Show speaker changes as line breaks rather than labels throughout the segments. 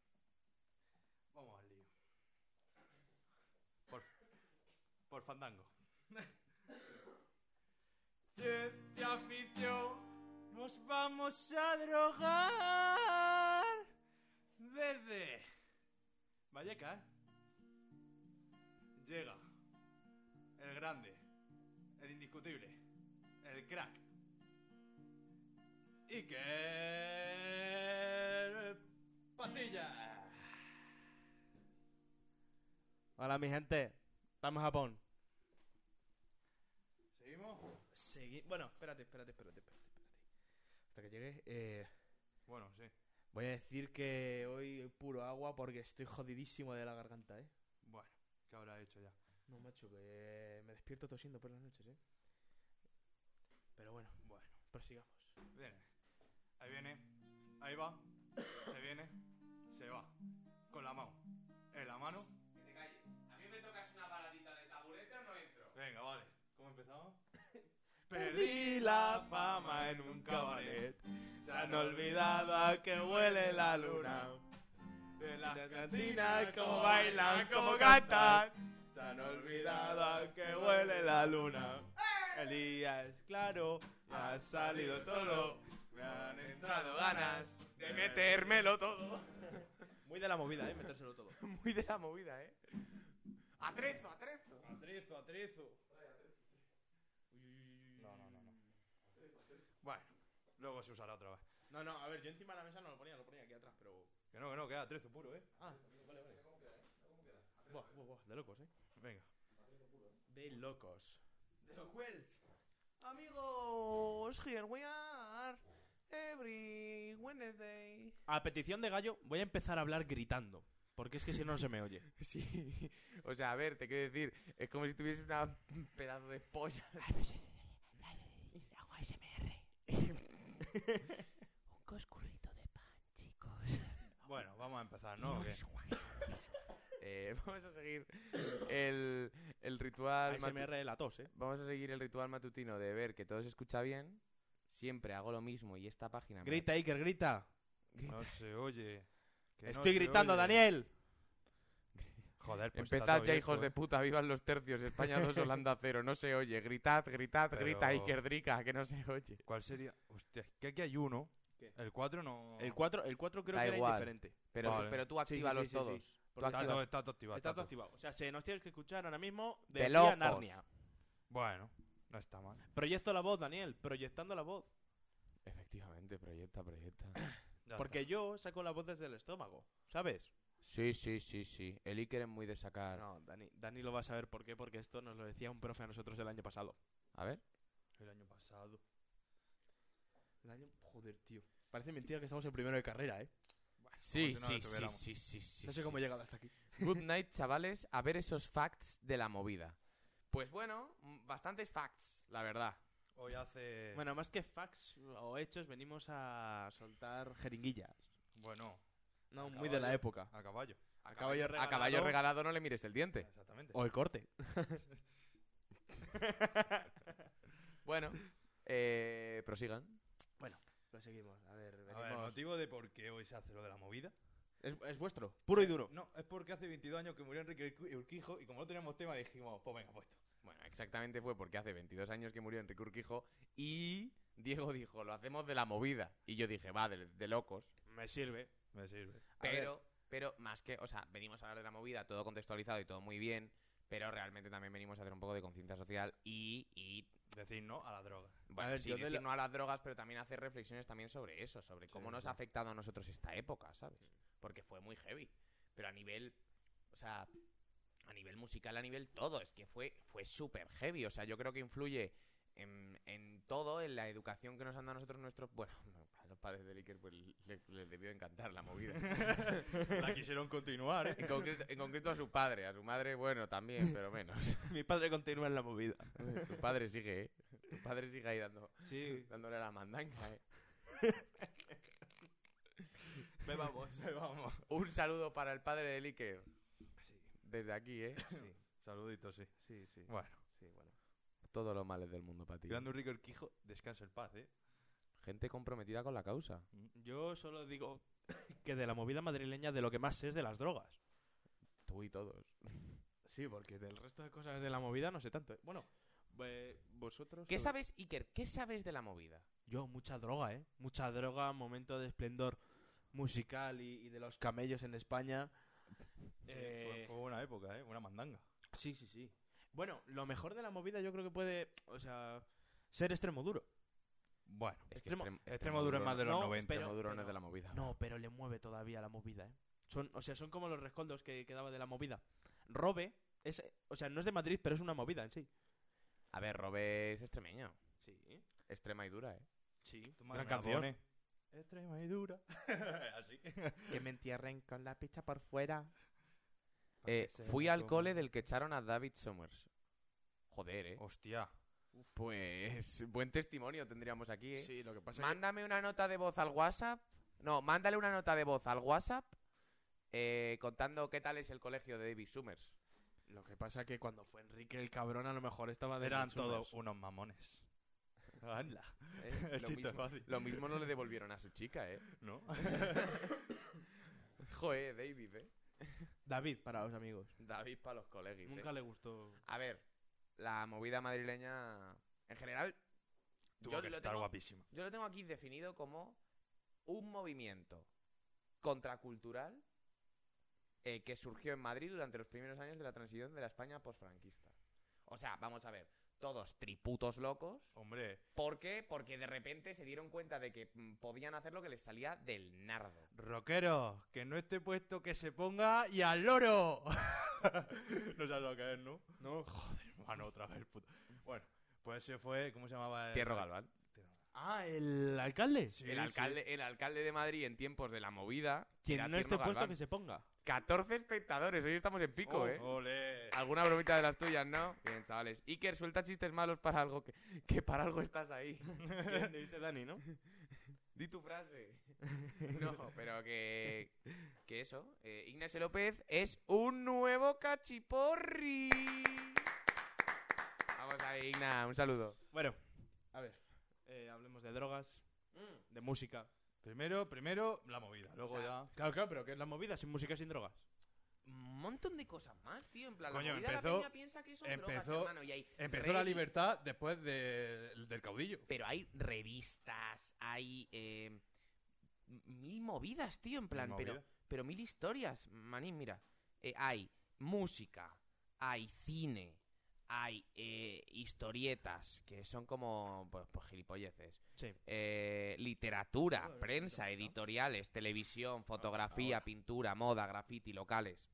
Fandango. Ciencia ficción, nos vamos a drogar desde Vallecas. ¿eh? Llega el grande, el indiscutible, el crack. Iker Pastilla.
Hola, mi gente. Estamos en Japón.
¿Seguimos?
Segui- Bueno, espérate, espérate, espérate, espérate, espérate. Hasta que llegue. eh,
Bueno, sí.
voy a decir que hoy puro agua porque estoy jodidísimo de la garganta, ¿eh?
Bueno, ¿qué habrá hecho ya?
No, macho, que me despierto tosiendo por las noches, ¿eh? Pero bueno,
Bueno,
prosigamos.
viene. Ahí viene. Ahí va. Se viene. Se va. Con la mano. En la mano.
Que te calles. A mí me tocas una baladita de taburete o no entro.
Venga, vale. ¿Cómo empezamos? Perdí la fama en un cabaret. Se han olvidado a que huele la luna. De las cantinas, cómo bailan, cómo cantan. Se han olvidado a que huele la luna. El día es claro, ha salido solo. Me han entrado ganas de metérmelo todo.
Muy de la movida, ¿eh? Metérselo todo.
Muy de la movida, ¿eh? Atrezo, atrezo.
Atrezo, atrezo.
No, no, no, no. Bueno, luego se usará otra vez.
No, no, a ver, yo encima de la mesa no lo ponía, lo ponía aquí atrás, pero.
Que no, que no, que atrezo puro, ¿eh?
Ah, vale, vale. Buah, buah, buah, de locos, ¿eh?
Venga.
De locos.
De los Wells.
Amigos, here we are. Every Wednesday. A petición de Gallo, voy a empezar a hablar gritando. Porque es que si no, no se me oye.
Sí. O sea, a ver, te quiero decir, es como si tuviese una pedazo de polla.
Hago ASMR. Un coscurrito de pan, chicos.
Bueno, vamos a empezar, ¿no? ¿O qué?
Eh, vamos a seguir el, el ritual. matu-
ASMR de la tos, ¿eh?
Vamos a seguir el ritual matutino de ver que todo se escucha bien. Siempre hago lo mismo y esta página. me-
Grita, Iker, grita.
Grita.
No se oye. Que no
Estoy
se
gritando,
oye.
Daniel.
Joder, pues está
Empezad
todo
ya,
abierto,
hijos de
¿eh?
puta, vivan los tercios, España 2, Holanda 0, no se oye, gritad, gritad,
Pero-
grita Iker Drica, que no se oye.
¿Cuál sería? Hostia, es que aquí hay uno.
¿Qué?
El 4 no.
El 4, el cuatro creo
Da
que era
igual.
indiferente.
Pero,
Vale.
pero tú
Sí, sí,
actívalos
sí, sí, sí.
todos.
Porque
está,
activa.
todo, está todo activado.
Está todo
todo.
activado. O sea, se nos tienes que escuchar ahora mismo de,
De
aquí a
locos.
Narnia.
Bueno, no está mal.
Proyecto la voz, Daniel. Proyectando la voz.
Efectivamente, proyecta, proyecta.
Ya
Porque
está.
yo saco la voz desde el estómago, ¿sabes?
Sí, sí, sí, sí. El Iker es muy de sacar.
No, Dani, Dani lo va a saber por qué, porque esto nos lo decía un profe a nosotros el año pasado.
A ver.
El año pasado.
El año... Joder, tío. Parece mentira que estamos en primero de carrera, ¿eh?
Sí,
si no
sí,
lo
sí,
tuviéramos.
sí, sí, sí.
no sé
sí,
cómo he
sí.
llegado hasta aquí.
Good night, chavales, a ver esos facts de la movida. Pues bueno, mm, bastantes facts, la verdad.
Hoy hace. Bueno.
Bueno, más que facts o hechos, venimos a soltar jeringuillas. No,
A
muy de la
caballo.
época.
a caballo.
A
caballo
A caballo
regalado.
regalado no le mires el diente.
Exactamente.
O el corte.
Bueno, eh, prosigan.
Lo seguimos. A ver,
A ver,
venimos-
motivo de por qué hoy se hace lo de la movida.
es, es vuestro, puro y duro.
No, es porque hace 22 años que murió Enrique Urqu- Urquijo y como no teníamos tema dijimos, pues venga, puesto.
Bueno, exactamente fue porque hace 22 años que murió Enrique Urquijo y Diego dijo, lo hacemos de la movida. Y yo dije, va, de, de locos.
Me sirve.
Me sirve.
Pero, pero más que, o sea, venimos a hablar de la movida, todo contextualizado y todo muy bien, pero realmente también venimos a hacer un poco de conciencia social y, y
Decir no a la droga.
bueno,
ver,
sí,
yo de
decir
la-
no a las drogas, pero también hacer reflexiones también sobre eso, sobre cómo
Sí,
nos
sí.
ha afectado a nosotros esta época, ¿sabes?
Mm.
Porque fue muy heavy. Pero a nivel, o sea, a nivel musical, a nivel todo, es que fue, fue súper heavy. O sea, yo creo que influye en, en todo, en la educación que nos han dado a nosotros nuestros... Bueno, no, a los padres de Iker pues le- les, debió encantar la movida.
La quisieron continuar, ¿eh?
En concreto, en concreto a su padre, a su madre, bueno, también, pero menos.
Mi padre continúa en la movida.
tu padre sigue, ¿eh? Tu padre sigue ahí dando,
Sí.
dándole a la mandanga, ¿eh?
Me vamos.
Vamos.
Un saludo para el padre de Iker. Desde aquí, ¿eh?
Saluditos, sí.
Sí, sí.
Bueno,
Sí, bueno.
Todos los males del mundo para ti.
grande Enrique Urquijo, descansa en paz, ¿eh?
Gente comprometida con la causa.
Yo solo digo que de la movida madrileña de lo que más sé es de las drogas.
Tú y todos.
Sí, porque del resto de cosas de la movida no sé tanto. ¿eh? Bueno, eh, vosotros...
¿Qué
sobre-
sabes, Iker? ¿Qué sabes de la movida?
Yo, mucha droga, ¿eh? Mucha droga, momento de esplendor musical y, y de los camellos en España.
Sí,
Eh,
fue, fue una época, ¿eh? Una mandanga.
Sí, sí, sí. Bueno, lo mejor de la movida yo creo que puede, o sea, ser extremo duro.
Bueno,
Es
Extremo-
Extrem-
Extremoduro es más de los
No,
90.
pero-
Extremoduro no
pero-
es de la movida.
No, pero le mueve todavía la movida, ¿eh? Son, o sea, son como los rescoldos que quedaba de la movida. Robe, es, o sea, no es de Madrid, pero es una movida en sí.
A ver, Robe es extremeño.
Sí,
Extrema y dura, ¿eh?
sí.
Gran canción. Extrema y dura. Así.
Que me entierren con la picha por fuera. Eh, fui al cole del que echaron a David Summers. Joder, ¿eh?
Hostia.
Pues buen testimonio tendríamos aquí, ¿eh?
Sí, lo que pasa es que
Mándame una nota de voz al WhatsApp. No, mándale una nota de voz al WhatsApp eh, contando qué tal es el colegio de David Summers.
Lo que pasa es que cuando
Cuando fue Enrique el cabrón, a lo mejor estaba de
Eran
Mitsumas.
todos unos mamones. Hazla.
Eh,
El
lo,
chiste
mismo,
fácil.
lo mismo no le devolvieron a su chica, ¿eh?
¿No?
Joder, David, ¿eh?
David, para los amigos.
David para los colegios. ¿eh?
Nunca le gustó.
A ver, la movida madrileña en general
Tuvo
yo
que
lo
estar
tengo-
guapísima.
Yo lo tengo aquí definido como un movimiento contracultural eh, que surgió en Madrid durante los primeros años de la transición de la España posfranquista. O sea, vamos a ver, todos triputos locos.
Hombre,
¿Por qué? Porque de repente se dieron cuenta de que mm, podían hacer lo que les salía del nardo.
rockero, que no esté puesto que se ponga y al loro. no sabes lo que es, ¿no?
No,
Mano, otra vez, puto. Bueno, pues ese fue, ¿cómo se llamaba? el-
Tierro Galván.
Ah, el alcalde.
Sí,
El
sí.
alcalde, el alcalde de Madrid en tiempos de la movida. era
Quien no esté
Tierno
puesto
Galván.
que se ponga.
14 espectadores, hoy estamos en pico,
Oh,
¿eh?
Ole.
¿Alguna bromita de las tuyas, no? Bien, chavales. Iker, suelta chistes malos para algo que, que para algo estás ahí.
Que le dice Dani, ¿no?
Di tu frase. No, pero que. Que eso. eh, Ignacio López es un nuevo cachiporri. Vamos ahí, Igna, un saludo.
Bueno, a ver. eh, hablemos de drogas,
Mm,
de música.
Primero, primero la movida, luego
O sea,
ya.
Claro, claro, pero que es la movida sin música, sin drogas.
Un montón de cosas más, tío. En plan,
Coño,
la movida la
empezó-
peña piensa que son drogas,
empezó-
hermano. Y hay
Empezó la
reggae,
libertad después de- del caudillo.
Pero hay revistas, hay. eh, mil movidas, tío. En plan, pero.
Movida.
pero mil historias, manín, mira. Eh, hay música, hay cine, hay eh, historietas, que son como pues, pues, gilipolleces.
Sí.
Eh, literatura,
Joder, mira,
prensa,
¿no? Ah,
editoriales, televisión, fotografía,
ahora.
pintura, moda, graffiti, locales.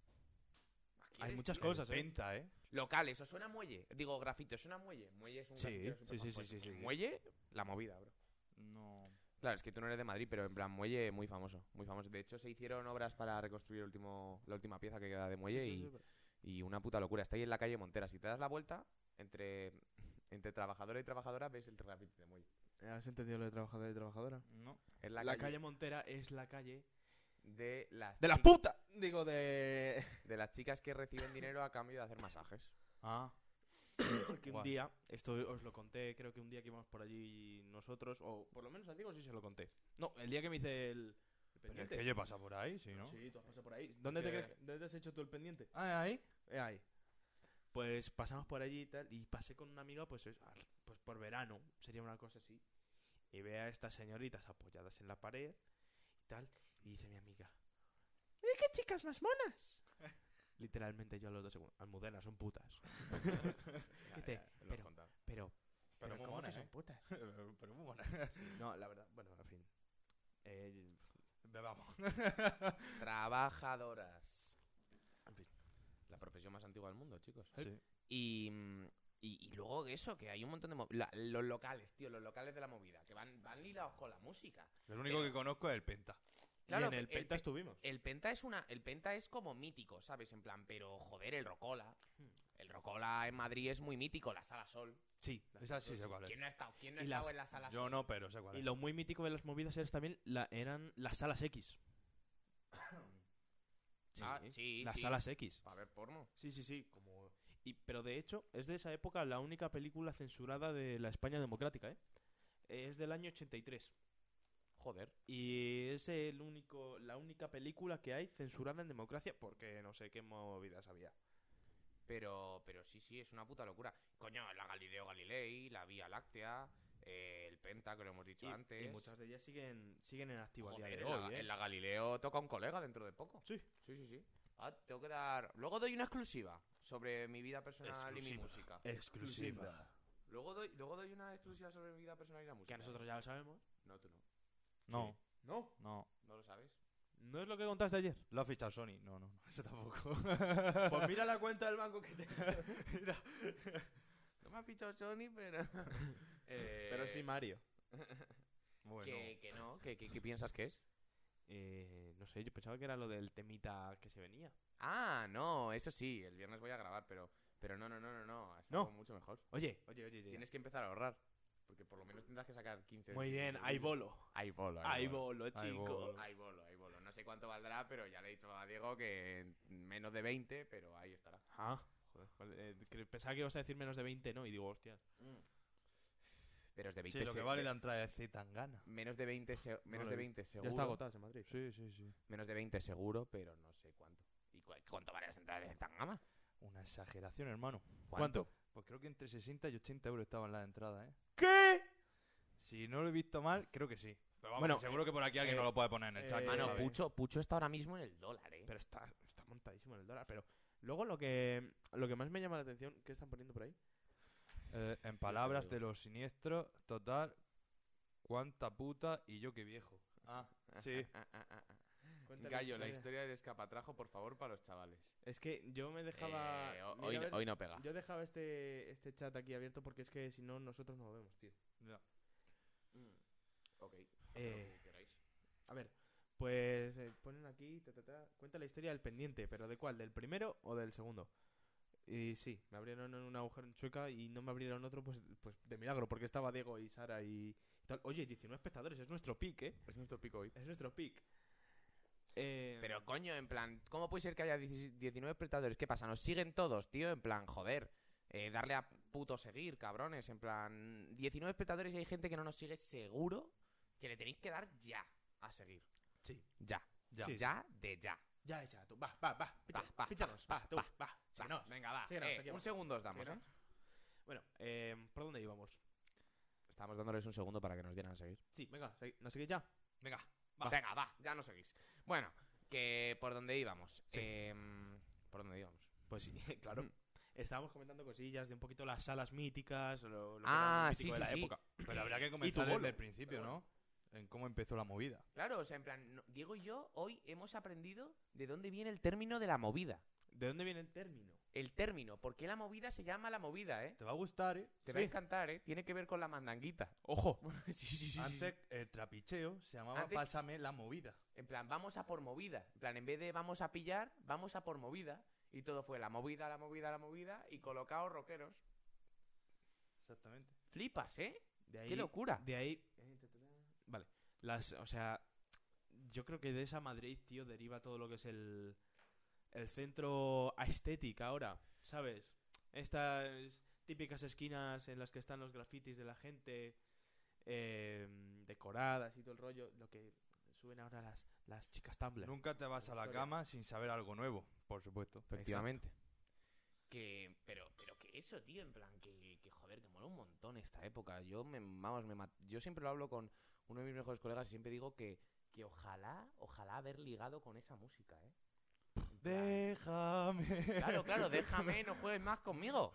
Hay
¿Quieres,
muchas
tío?
cosas, ¿eh?
Venta, ¿eh?
Locales, ¿os suena muelle? Digo, grafito, ¿os ¿suena muelle? Muelle es un
Sí,
grafitero
sí,
superfamoso.
sí, sí, sí, sí, sí.
Muelle, la movida, bro.
No.
Claro, es que tú no eres de Madrid, pero en plan Muelle muy famoso, muy famoso. De hecho, se hicieron obras para reconstruir el último, la última pieza que queda de Muelle y, y una puta locura. Está ahí en la calle Montera. Si te das la vuelta, entre, entre trabajadora y trabajadora ves el terrapito de Muelle.
¿Has entendido lo de trabajadora y trabajadora?
No.
Es
La,
la,
calle Montera es la calle.
de las
¡De las
chi-
putas! Digo, de...
de las chicas que reciben dinero a cambio de hacer masajes.
Ah.
Que un
Guau.
día, esto os lo conté, creo que un día que íbamos por allí nosotros, o por lo menos a Diego sí se lo conté. No, el día que me hice el, el
Pero es
pendiente.
que yo he pasado por ahí, sí, ¿no?
Sí, tú has pasado por ahí. ¿Dónde te,
Que-
crees que- dónde te has hecho tú el pendiente?
Ah, ahí.
Eh, ahí.
Pues pasamos por allí y tal, y pasé con una amiga, pues, es- al- pues por verano, sería una cosa así. Y ve a estas señoritas apoyadas en la pared y tal, y dice mi amiga, "Eh, qué chicas más monas! Literalmente yo a los dos segundos, Almudena, son putas. Dice, pero, pero,
Pero, muy
¿cómo
mona,
que son
¿eh?
putas?
Pero muy mona.
No, la verdad, bueno, en fin. Eh,
Bebamos.
Trabajadoras.
En fin.
La profesión más antigua del mundo, chicos.
Sí.
Y, mm, y, y luego que eso, que hay un montón de... mo- la- los locales, tío, los locales de la movida, que van, van ligados con la música.
El único
Pero-
que conozco es el Penta.
Claro,
y en el
pe- el
Penta
pe-
estuvimos.
El Penta es una... El Penta es como mítico, ¿sabes? En plan, pero joder, el Rocola. El Rocola en Madrid es muy mítico, la Sala Sol.
Sí.
Esa sí sé cuál es.
¿Quién no ha estado, quién no ha
Y
estado
las-
en la Sala
Yo
Sol?
no, pero sé cuál
Y
es.
lo muy mítico de las movidas eras también la, eran las salas X. Sí,
Ah, sí,
las
sí.
salas X.
A ver, porno.
Sí, sí, sí. Como... Y, pero de hecho, es de esa época la única película censurada de la España democrática, ¿eh? Es del año 83.
Joder.
Y es el único, la única película que hay censurada en democracia porque no sé qué movidas había.
Pero, pero sí, sí, es una puta locura. Coño, la Galileo Galilei, la Vía Láctea, eh, el Penta, que lo hemos dicho
Y,
antes.
y muchas de ellas siguen, siguen en activo a día
Joder,
de
en, la,
hoy, ¿eh?
en la Galileo toca un colega dentro de poco.
Sí.
Sí, sí, sí. Ah, tengo que dar... Luego doy una exclusiva sobre mi vida personal y mi
Exclusiva.
música.
¿eh? Exclusiva.
Luego doy, luego doy una exclusiva sobre mi vida personal y la música.
Que nosotros ya lo sabemos.
No, tú no.
No,
¿No?
no.
¿No lo sabes?
¿No es lo que contaste ayer?
¿Lo ha fichado Sony? No, no, no, eso tampoco.
Eh,
Pues mira la cuenta del banco que tengo.
No me ha fichado Sony, pero... Eh,
Pero sí, Mario.
bueno.
Que, que no, que, que- que piensas que es.
Eh, no sé, yo pensaba que era lo del temita que se venía.
Ah, no, eso sí, el viernes voy a grabar, pero... Pero no, no, no, no, no, es
No.
algo mucho mejor.
Oye, oye, oye. oye.
Tienes que empezar a ahorrar, porque por lo menos tendrás que sacar 15.
Muy
20
bien,
euros.
hay bolo.
Hay bolo,
Hay bolo,
Hay
chico.
bolo.
Hay bolo, hay bolo. No sé cuánto valdrá, pero ya le he dicho a Diego que en menos de 20, pero ahí estará.
Ah, joder. vale, eh, cre- Pensaba que ibas a decir menos de 20, ¿no? Y digo, hostia.
Pero es de 20
Sí, lo
se-
que vale la entrada de Zetangana.
Menos de 20, se- menos
lo
de
he
20 seguro.
Ya está agotada en Madrid.
Sí, sí, sí.
Menos de 20 seguro, pero no sé cuánto. ¿Y cu- cuánto vale las entradas de Tangama?
Una exageración, hermano.
¿Cuánto?
Pues creo que entre 60 y 80 euros estaban las entradas, ¿eh?
¿Qué?
Si no lo he visto mal, creo que sí. Pero vamos,
Bueno,
que seguro que por aquí alguien
eh,
no lo puede poner en el chat.
eh,
ya
Mano,
sabes.
Pucho, Pucho está ahora mismo en el dólar, ¿eh?
Pero está, está
Montadísimo en el dólar. Pero luego lo que, lo que más me llama la atención, ¿qué están poniendo por ahí?
Eh, en palabras de los siniestros, total, cuánta puta y yo qué viejo. Ah, sí.
Cuéntale
ah, Gallo, la historia del escapatrajo, por favor, para los chavales.
Es que yo me dejaba.
Eh,
mira,
hoy,
a ver,
hoy no pega.
Yo dejaba este, este chat aquí abierto porque es que si no, nosotros no lo vemos, tío.
Mm. Ok, lo
Eh,
que queráis.
a ver, pues eh, ponen aquí, ta, ta, ta, cuenta la historia del pendiente, pero ¿de cuál? ¿Del primero o del segundo? Y sí, me abrieron en un agujero en Chueca y no me abrieron otro, pues, pues de milagro, porque estaba Diego y Sara y tal. Oye, 19 espectadores, es nuestro pick, ¿eh?
Es nuestro pico hoy.
Es nuestro pick. Eh,
Pero coño, en plan, ¿cómo puede ser que haya 16 19 espectadores? ¿Qué pasa? ¿Nos siguen todos, tío? En plan, joder. eh, darle a puto seguir, cabrones. En plan, 19 espectadores y hay gente que no nos sigue seguro que le tenéis que dar ya a seguir.
Sí.
Ya.
Ya.
Sí.
Ya de ya.
Ya, ya, tú, va, va, va, picha,
va,
píchanos, va, tú,
va,
va, síguenos,
Venga, va.
Síguenos,
Eh,
aquí
un
vamos.
segundo os damos,
síguenos.
¿eh?
Bueno, eh, ¿por dónde íbamos?
Estamos dándoles un segundo para que nos dieran a seguir.
Sí, venga, segui- ¿nos seguís ya?
Venga,
Va. Venga, va, ya nos seguís. Bueno, que por donde íbamos.
Sí.
Em, por donde íbamos.
Pues sí, claro.
Mm.
Estábamos comentando cosillas de un poquito las salas míticas, lo, lo que
Ah,
era lo
sí,
mítico de
sí,
la
sí.
época.
pero habría Pues que
tu
comenzar
bolo.
desde el principio, ¿no? En cómo empezó la movida.
Claro, o sea, en plan, no- Diego y yo hoy hemos aprendido de dónde viene el término de la movida.
¿De dónde viene el término?
El término, ¿por qué la movida se llama la movida, eh?
Te va a gustar, ¿eh?
Te va a encantar, eh. Tiene que ver con la mandanguita.
Ojo,
sí, sí, sí, sí,
Antes el trapicheo se llamaba
Antes-
Pásame la movida.
sí. En plan, vamos a por movida. En plan, en vez de vamos a pillar, vamos a por movida. Y todo fue la movida, la movida, la movida. Y colocaos rockeros.
Exactamente.
Flipas, eh.
De
Qué locura.
De ahí,
Las, o sea, yo creo que de esa Madrid, tío, deriva todo lo que es el, el centro estética ahora, ¿sabes? Estas típicas esquinas en las que están los grafitis de la gente eh, decoradas y todo el rollo, lo que suben ahora las, las chicas Tumblr.
Nunca te vas a la
Historia.
cama sin saber algo nuevo, por supuesto.
Que, pero, pero que eso, tío, en plan, que, que joder, que mola un montón esta época. Yo me, vamos, me mat- yo siempre lo hablo con uno de mis mejores colegas y siempre digo que, que ojalá, ojalá haber ligado con esa música, ¿eh? En plan,
Déjame.
Claro, claro, déjame, no juegues más conmigo.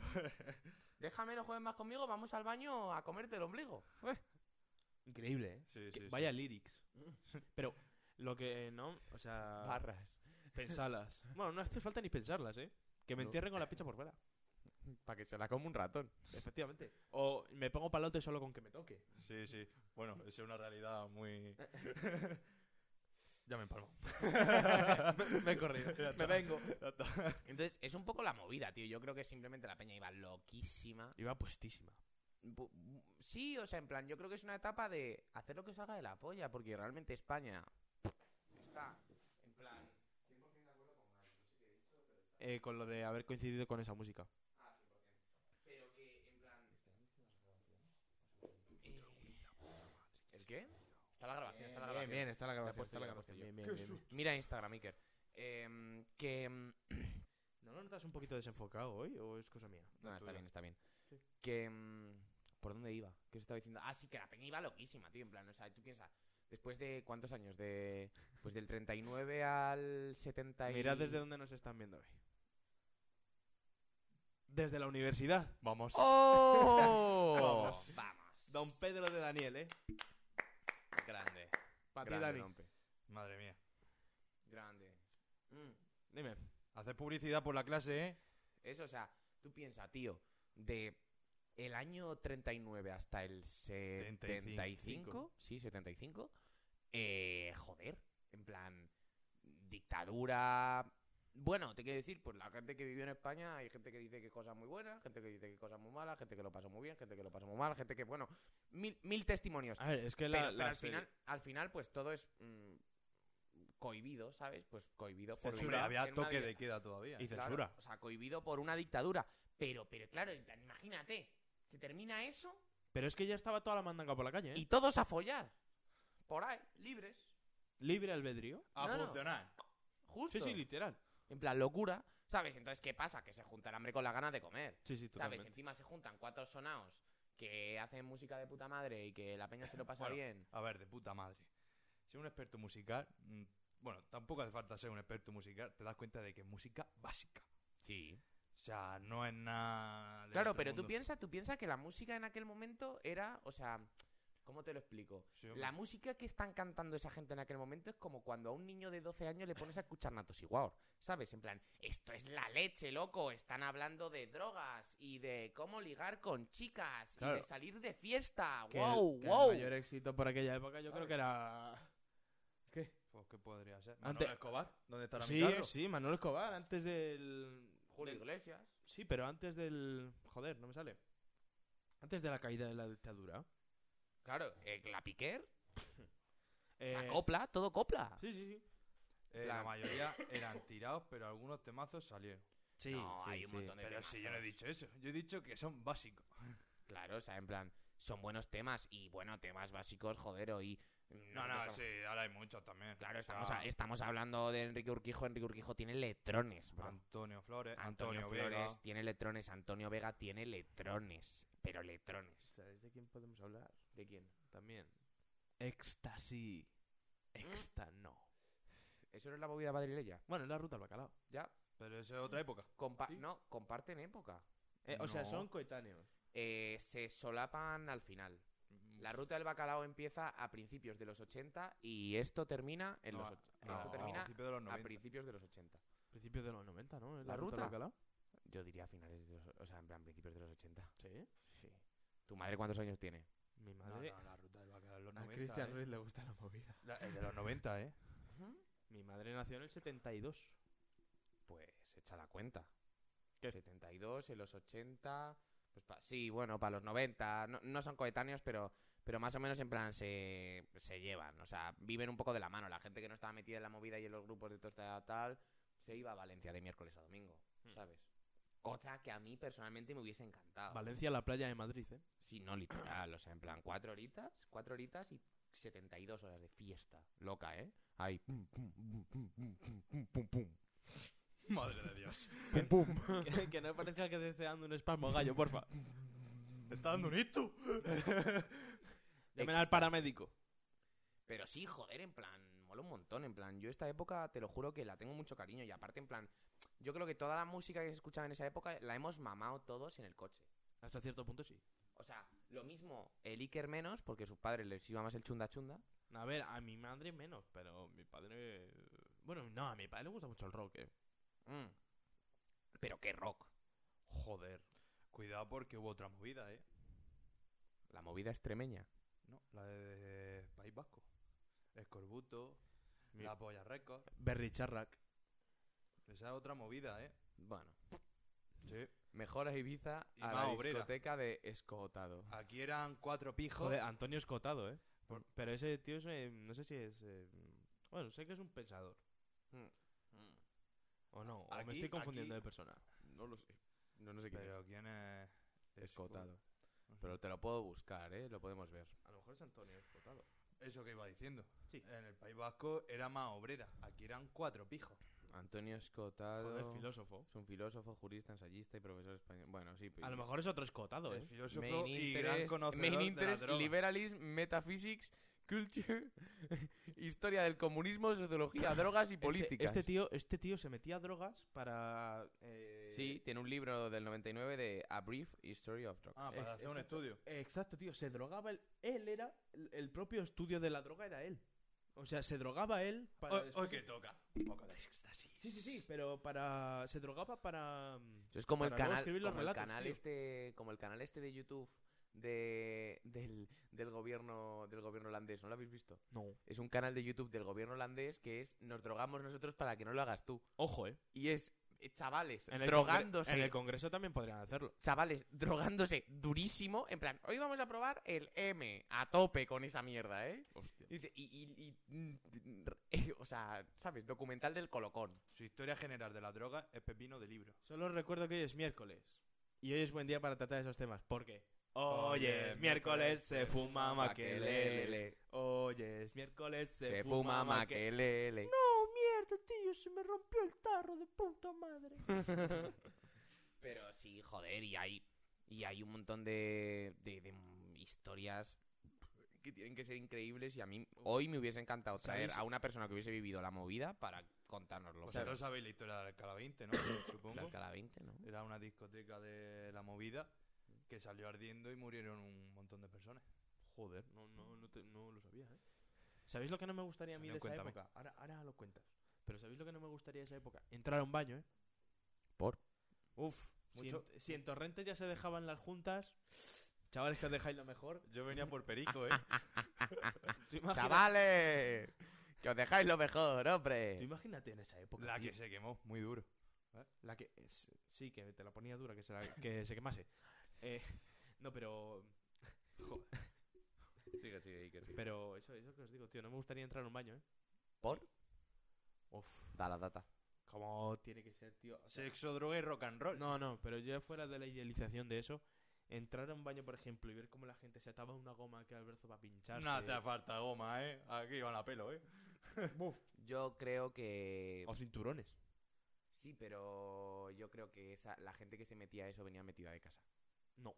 Déjame, no juegues más conmigo, vamos al baño a comerte el ombligo.
Increíble, ¿eh?
Sí,
Que-
sí, sí.
vaya lyrics. Pero lo que no, o sea,
Ah, Barras.
pensarlas. Bueno, no hace falta ni pensarlas, ¿eh? Que me
No.
entierren con la picha por fuera.
Para que se la coma un ratón.
efectivamente.
O me pongo palote solo con que me toque.
Sí, sí. Bueno, esa es una realidad muy. ya me empalmo.
Me he corrido,
Ya
me
está.
vengo.
Ya está.
Entonces, es un poco la movida, tío. Yo creo que simplemente la peña iba loquísima.
Iba puestísima.
Bu- bu- Sí, o sea, en plan, yo creo que es una etapa de hacer lo que salga de la polla, porque realmente España está en plan.
Eh, con lo de haber coincidido con esa música.
Ah, Pero que, en plan. ¿El qué? eh, Está la grabación, está la grabación.
está la
grabación, está la grabación. Mira Instagram, Iker. Em, que. em,
¿No lo notas un poquito desenfocado hoy o es cosa mía?
No, está
tuya.
bien, está bien.
Sí.
Que. mm, ¿Por dónde iba? ¿Qué os estaba diciendo? Ah, sí, que la peña iba loquísima, tío. En plan, o sea, tú piensas, después de cuántos años? De. Pues del 39 al 70. y-
Mirad desde dónde nos están viendo hoy. Desde la universidad. Vamos.
¡Oh!
Vamos.
Vamos.
Don Pedro de Daniel, ¿eh?
Grande.
Para ti,
grande,
Dani.
Dompe.
Madre mía.
Grande. Mm.
Dime.
Hacer publicidad por la clase, ¿eh?
Eso, o sea, tú piensas, tío, de el año 39 hasta el 75,
75.
sí, 75, eh, joder, en plan, dictadura... Bueno, te quiero decir, pues la gente que vivió en España, hay gente que dice que cosas muy buenas, gente que dice que cosas muy malas, gente que lo pasó muy bien, gente que lo pasó muy mal, gente que, bueno, mil, mil testimonios.
A ver, es que
Pero,
la, eh,
pero al, final, al final, pues todo es mm, cohibido, ¿sabes? Pues cohibido por
Hombre,
vivir
había
en una
toque
vida-
de queda todavía.
Y
¿eh?
censura.
Claro, o sea, cohibido por una dictadura. Pero, pero claro, en plan, imagínate, se termina eso
Pero es que ya estaba toda la mandanga por la calle, ¿eh?
y todos a follar. Por ahí, libres.
¿Libre albedrío?
A
No, no.
funcionar.
Justo.
literal.
En plan, locura. ¿Sabes? Entonces, ¿qué pasa? Que se junta el hambre con las ganas de comer.
Sí, sí,
¿Sabes?
totalmente.
Encima se juntan cuatro sonaos que hacen música de puta madre y que la peña se lo pasa
Bueno,
bien.
A ver, de puta madre. Ser un experto musical. mm, Bueno, tampoco hace falta ser un experto musical. Te das cuenta de que es música básica.
Sí.
O sea, no es nada. del
Claro,
otro
pero tú
mundo.
piensas, tú piensas que la música en aquel momento era, o sea, ¿cómo te lo explico?
Sí, hombre.
La música que están cantando esa gente en aquel momento es como cuando a un niño de 12 años le pones a escuchar Natos Igual, ¿sabes? En plan, esto es la leche, loco. Están hablando de drogas y de cómo ligar con chicas y
Claro.
de salir de fiesta.
Que el-
¡Wow,
que
wow!
El mayor éxito por aquella época yo creo
¿Sabes?
que era... ¿Qué?
Pues, ¿Qué podría ser?
Antes-
Manolo Escobar? ¿Dónde estará mi
Sí,
carro?
sí, Manuel Escobar, antes del...
Julio
del-
Iglesias.
Sí, pero antes del... Joder, no me sale. Antes de la caída de la dictadura.
Claro, eh, la Piquer, la
Eh,
copla, todo copla.
Sí, sí, sí.
Eh, la
Claro.
mayoría eran tirados, pero algunos temazos salieron.
Sí,
no,
sí,
hay un
sí.
montón de
Pero si yo no he
temazos.
dicho eso. Yo he dicho que son básicos.
Claro, o sea, en plan, son buenos temas y, bueno, temas básicos, joder, y...
No, no, sí, ahora hay muchos también.
Claro,
O
estamos,
sea,
a- este estamos hablando de Enrique Urquijo. Enrique Urquijo tiene letrones, bro.
Antonio Flores,
Antonio,
Antonio,
Flores
Vega.
tiene letrones. Antonio Vega tiene letrones. Pero letrones.
¿Sabéis de quién podemos hablar?
¿De quién?
También. Éxtasy. ¿Eh? Exta no.
Eso no es la movida madrileña.
Bueno, es la ruta al bacalao.
Ya.
Pero eso es otra época.
compa-
Sí.
No, comparten época.
Eh, O sea,
No.
son coetáneos.
Eh, se solapan al final. La ruta del bacalao empieza a principios de los 80 y esto termina en
No,
los
a-
och-
no,
esto
a
termina
principios de los
a
90.
Ah, principios de los 80.
Principios de los 90, ¿no?
¿La
al
ruta?
bacalao.
Yo diría a finales de los, o sea, en plan principios de los 80.
Sí.
Sí. ¿Tu madre cuántos años tiene?
Mi
No,
madre.
no, la ruta del bacalao de
Ah,
los
a
90.
Cristian
eh.
Ruiz le gusta la movida.
La- el de los 90, ¿eh?
Mi madre nació en el 72.
Pues echa la cuenta. 72, en los 80. Pues pa- sí, bueno, para los 90. No, no son coetáneos, pero, pero más o menos en plan se, se llevan. O sea, viven un poco de la mano. La gente que no estaba metida en la movida y en los grupos de tosta tal, se iba a Valencia de miércoles a domingo, ¿sabes? Cosa que a mí personalmente me hubiese encantado.
Ah, Valencia, la playa de Madrid, ¿eh?
Sí, no literal, o sea, en plan cuatro horitas, cuatro horitas y 72 horas de fiesta. Loca, ¿eh? Ahí. pum, pum, pum, pum, pum, pum, pum, pum, pum.
Madre de Dios.
que, que no parezca que te esté dando un espasmo gallo, porfa.
¿Está dando un hito?
Llamen al paramédico.
Pero sí, joder, en plan, mola un montón, en plan, yo esta época te lo juro que la tengo mucho cariño y aparte en plan, yo creo que toda la música que se escuchaba en esa época la hemos mamado todos en el coche.
Hasta cierto punto sí.
O sea, lo mismo el Iker menos porque sus padres les iba más el chunda chunda.
A ver, a mi madre menos, pero mi padre. Bueno, no, a mi padre le gusta mucho el rock, ¿eh?
Mm. Pero qué rock.
Joder.
Cuidado porque hubo otra movida, ¿eh?
La movida extremeña.
No, la de, de País Vasco. Escorbuto,
Mi-
La Polla Records.
Berry Charrac.
Esa es otra movida, ¿eh?
Bueno,
Sí.
mejor a Ibiza
Y
a
más
la
obrera.
discoteca de Escotado.
Aquí eran cuatro pijos.
ah,
Joder, Antonio Escotado, ¿eh? Pero ese tío es. eh, no sé si es. eh, bueno, sé que es un pensador.
Mm.
O no, o
Aquí-
me estoy confundiendo
aquí-
de persona.
No lo sé. No, no sé quién
Pero ¿quién es?
es. Escotado. Pero te lo puedo buscar, ¿eh? Lo podemos ver.
A lo mejor es Antonio Escotado.
Eso que iba diciendo.
Sí.
En el País Vasco era más obrera. Aquí eran cuatro pijos.
Antonio Escotado.
Joder, filósofo.
es un filósofo, jurista, ensayista y profesor español. Bueno, sí. pues,
A lo mejor es otro escotado,
El
¿eh?
filósofo
Main
y
interest-
gran conocedor
main
de la
interest,
droga.
liberalism, metaphysics, culture, historia del comunismo, sociología, drogas y
Este,
políticas.
este tío, este tío se metía a drogas para... eh,
Sí, tiene un libro del 99 de A Brief History of Drugs.
Ah, para
Es-
hacer un
exacto.
estudio.
Exacto, tío. Se drogaba él. Él era. El, el propio estudio de la droga era él. O sea, se drogaba él para.
Hoy, hoy
después-
que toca. Poco de éxtasis.
Sí, sí, sí. Pero para. Se drogaba para. mm,
Eso es como el
Para luego
canal,
escribir los
como
relatos,
el canal
tío.
este, como el canal este de YouTube de, del, del gobierno del gobierno holandés, ¿no lo habéis visto?
No.
Es un canal de YouTube del gobierno holandés que es nos drogamos nosotros para que no lo hagas tú.
Ojo, eh.
Y es eh, chavales
En el
drogándose,
congre- En el congreso también podrían hacerlo.
chavales drogándose durísimo, en plan, hoy vamos a probar el M a tope con esa mierda, ¿eh?
Hostia.
Y, dice- y, y- y- mm, eh, o sea, ¿sabes? Documental del colocón.
Su historia general de la droga es pepino de libro.
Solo recuerdo que hoy es miércoles. Y hoy es buen día para tratar esos temas. ¿Por qué?
Hoy es miércoles,
se fuma
Maquelele,
Oye, es miércoles,
se fuma maquelele.
¡Oh, mierda, tío! Se me rompió el tarro de puta madre.
Pero sí, joder, y hay, y hay un montón de, de- de historias que tienen que ser increíbles y a mí hoy me hubiese encantado traer
¿Sabéis?
a una persona que hubiese vivido la movida para contárnoslo.
Vosotros sabéis la historia de Alcalá 20, ¿no?
La
Supongo.
Alcalá 20, ¿no?
Era una discoteca de la movida que salió ardiendo y murieron un montón de personas.
Joder, no, no, no, te- no lo sabía, ¿eh? ¿Sabéis lo que no me gustaría a mí
Señor,
de esa
cuéntame.
época? Ahora, ahora lo cuentas. Pero ¿sabéis lo que no me gustaría de esa época? Entrar a un baño, ¿eh?
¿Por?
Uf,
mucho.
Si, en, si en Torrente ya se dejaban las juntas, chavales que os dejáis lo mejor.
Yo venía por Perico, ¿eh?
Tú imagina-
¡Chavales! ¡Que os dejáis lo mejor,
tú
hombre!
imagínate en esa época.
La
tío. ¿Eh?
que se quemó, muy duro.
La que es- sí, que te la ponía dura, que se, la- que se quemase. Eh, no, pero. jo-
Sigue, sigue, Iker, sigue.
pero eso, eso que os digo, tío, no me gustaría entrar a un baño, ¿eh?
¿Por?
Uf,
Da la data.
cómo tiene que ser, tío. O sea,
Sexo, droga y rock and roll.
No, no, pero ya fuera de la idealización de eso, entrar a un baño, por ejemplo, y ver cómo la gente se ataba una goma que al brazo para pincharse.
No hace falta goma, ¿eh? Aquí van a pelo, ¿eh?
Yo creo que...
o cinturones.
Sí, pero yo creo que esa, la gente que se metía a eso venía metida de casa.
No.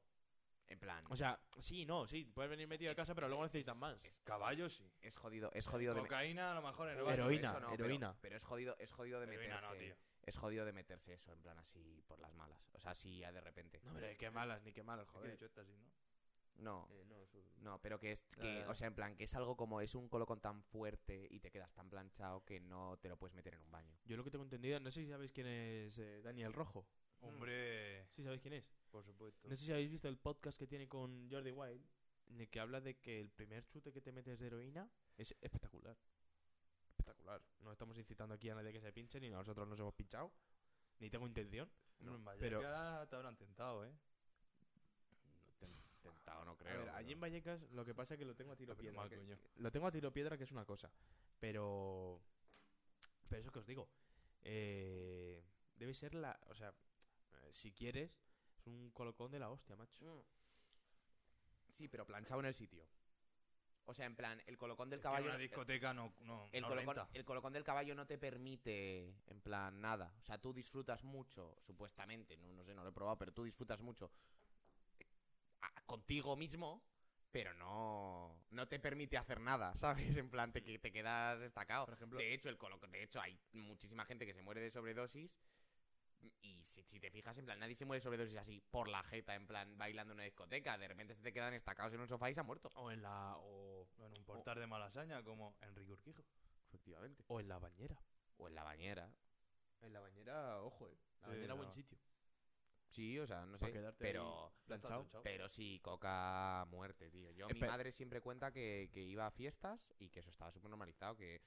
En plan...
O sea, sí, no, sí, puedes venir metido a
es-
casa, pero
es-
luego
es-
necesitas
es-
más.
es-
Caballos sí.
Es jodido, es jodido de... me-
Cocaína a lo mejor en
Bueno,
Heroína,
Heroína,
eso pero-
heroína.
Pero, es jodido, es jodido de meterse.
no, tío.
Es jodido de meterse eso, en plan así por las malas. O sea, así ya de repente.
No, hombre, qué malas, ni qué malas,
Joder.
joder.
¿no?
No,
no,
no, pero que es que,
Ah.
o sea, en plan que es algo como es un colocón tan fuerte y te quedas tan planchado que no te lo puedes meter en un baño.
Yo lo que tengo entendido, no sé si sabéis quién es eh, Daniel Rojo.
Hombre,
Sí, sabéis quién es.
por supuesto.
No sé si habéis visto el podcast que tiene con Jordi Wild, en el que habla de que el primer chute que te metes de heroína es espectacular. Espectacular. No estamos incitando aquí a nadie que se pinche, ni nosotros nos hemos pinchado, ni tengo intención.
Hombre, en Vallecas
pero-
te habrán tentado, ¿eh?
Tentado, no
a
creo.
ver, allí en Vallecas lo que pasa es que lo tengo a tiro
Pero
piedra.
mal,
que-
coño.
lo tengo a tiro piedra, que es una cosa. Pero. Pero eso que os digo. eh, debe ser la. O sea, eh, si quieres, es un colocón de la hostia, macho.
Mm. Sí, pero planchado en el sitio. O sea, en plan, el colocón del
Es que
caballo.
una discoteca no, no,
el
no
colocón,
renta.
el colocón del caballo no te permite, en plan, nada. O sea, tú disfrutas mucho, supuestamente, no, no sé, no lo he probado, pero tú disfrutas mucho eh, a- contigo mismo, pero no, no te permite hacer nada, ¿sabes? En plan, te, que- te quedas destacado.
Por ejemplo-
de hecho, el coloco- de hecho, hay muchísima gente que se muere de sobredosis. Y si, si te fijas, en plan, nadie se muere de sobredosis así por la jeta, en plan, bailando en una discoteca. De repente se te quedan estacados en un sofá y se ha muerto.
O en la. O,
No, en un portal de malasaña como Enrique Urquijo.
Efectivamente.
o en la bañera.
O en la bañera.
En la bañera, ojo, eh. La
Sí,
bañera, buen
no.
sitio.
Sí, o sea, no
Pa'
sé.
quedarte
Pero.
Planchado.
Está tochao.
Pero sí, coca a muerte, tío. Yo, mi
Espera.
madre siempre cuenta que, que iba a fiestas y que eso estaba súper normalizado, que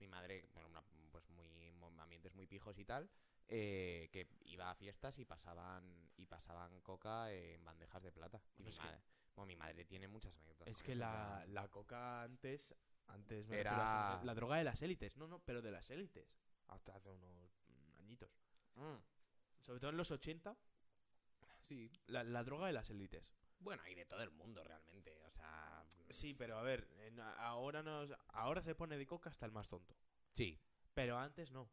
mi madre, bueno, una- pues muy, mo- ambientes muy pijos y tal, eh, que iba a fiestas y pasaban y pasaban coca en bandejas de plata.
Bueno,
Y mi
es que-
madre, bueno, mi madre tiene muchas anécdotas.
Es
con
que
eso, en
la,
plan,
la coca antes. Antes me
Era-
refiero a hace- La droga de las élites. No, no, pero de las élites. Hasta hace unos mm, añitos.
mm,
Sobre todo en los 80.
sí.
La, la droga de las élites.
Bueno, hay de todo el mundo realmente, o sea. mm,
Sí, pero a ver, en- ahora nos, ahora se pone de coca hasta el más tonto.
Sí.
Pero antes no.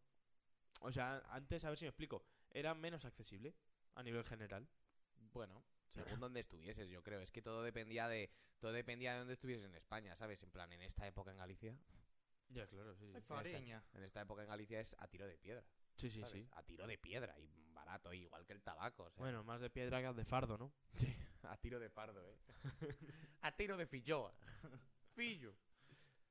O sea, antes, a ver si me explico, era menos accesible a nivel general.
Bueno, según donde estuvieses, yo creo. Es que todo dependía de todo dependía de dónde estuvieses en España, ¿sabes? En plan, en esta época en Galicia.
Ya, claro, sí.
Fariña.
En esta época en Galicia es a tiro de piedra.
Sí, sí,
¿sabes?
sí.
A tiro de piedra y barato, igual que el tabaco. o sea,
Bueno, más de piedra que de fardo, ¿no?
A tiro de fardo, ¿eh? a tiro de filloa. Fillo.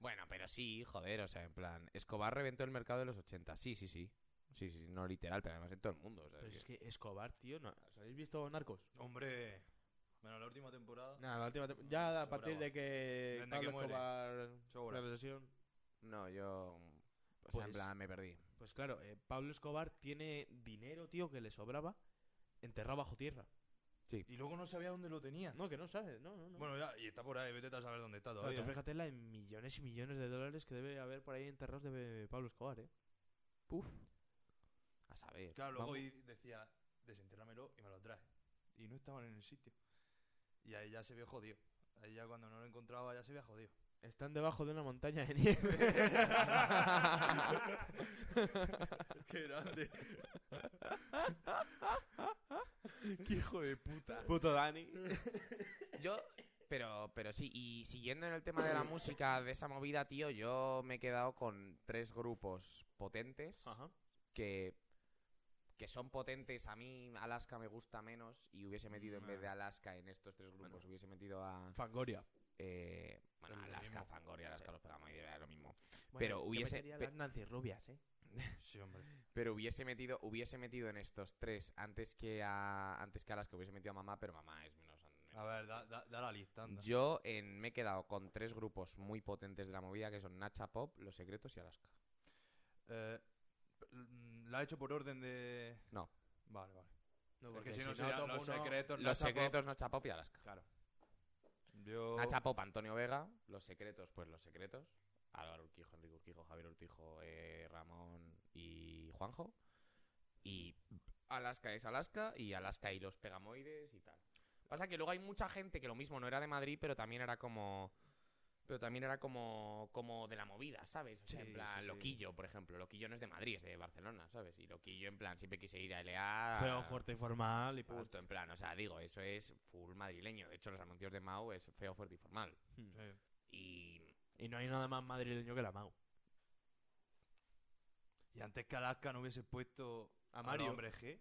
Bueno, pero sí, joder, o sea, en plan, Escobar reventó el mercado de los 80. Sí, sí, sí. Sí, sí, no literal, pero además en todo el mundo. o sea,
Pero
que-
Pues es que Escobar, tío, no, ¿os habéis visto Narcos?
Hombre. Bueno, la última temporada.
Nada, la última tem- ya a
Sobraba.
partir de que
Desde
Pablo
que muere.
Escobar
Sobra.
la recesión,
No, yo... O sea, en
Pues-
plan, me perdí.
pues claro, eh, Pablo Escobar tiene dinero, tío, que le sobraba, enterrado bajo tierra.
Y luego no sabía dónde lo tenía.
No, que no sabes, no, no, no.
Bueno, ya, y está por ahí, vete a saber dónde está
Claro,
todavía.
tú fíjate la en millones y millones de dólares que debe haber por ahí enterrados de Pablo Escobar, ¿eh?
A saber.
Claro, luego
Vamos.
y decía, desentiérramelo y me lo trae. Y no estaban en el sitio. Y ahí ya se vio jodido. Ahí ya cuando no lo encontraba ya se vio jodido.
Están debajo de una montaña de nieve.
Qué grande.
¡Qué hijo de puta! Puto Dani.
Yo, pero, pero sí, y siguiendo en el tema de la música, de esa movida, tío, yo me he quedado con tres grupos potentes
Ajá.
que, que son potentes. A mí Alaska me gusta menos y hubiese metido en vez
Ah.
de Alaska en estos tres grupos, hubiese metido a...
Fangoria.
eh, bueno,
Lo
Alaska,
mismo.
Fangoria, Alaska, los pegamos y era lo mismo.
Bueno,
Pero
yo
hubiese-
metería
pe-
las Nancy Rubias, ¿eh?
Sí, hombre.
Pero hubiese metido, hubiese metido en estos tres antes que a, antes que Alaska, hubiese metido a Mamá, pero Mamá es menos...
A ver, da, da- da la lista, anda.
Yo en- me he quedado con tres grupos muy potentes de la movida que son Nacha Pop, Los Secretos y Alaska.
Eh, mm, la he hecho por orden de...
No.
Vale, vale.
No,
Es
porque
que si no
si no,
serían
toco
los
uno-
secretos...
Los
Nacha Pop.
Secretos, Nacha Pop y Alaska.
Claro. Yo...
Nacha Pop, Antonio Vega. Los Secretos, pues Los Secretos. Álvaro Urquijo, Enrique Urquijo, Javier Urquijo, eh, Ramón y Juanjo. Y Alaska es Alaska y Alaska y los Pegamoides y tal. Pasa que luego hay mucha gente que lo mismo no era de Madrid, pero también era como... Pero también era como, como de la movida, ¿sabes? O sea,
Sí,
en plan,
sí, sí.
Loquillo, por ejemplo. Loquillo no es de Madrid, es de Barcelona, ¿sabes? Y Loquillo, en plan, siempre quise ir a LA.
Feo, fuerte y formal y pa'lante.
Justo, en plan, o sea, digo, eso es full madrileño. De hecho, los anuncios de Mau es feo, fuerte y formal.
Sí.
Y
Y no hay nada más madrileño que la Mau.
Y antes que Alaska no hubiese puesto...
A Mario.
hombre G.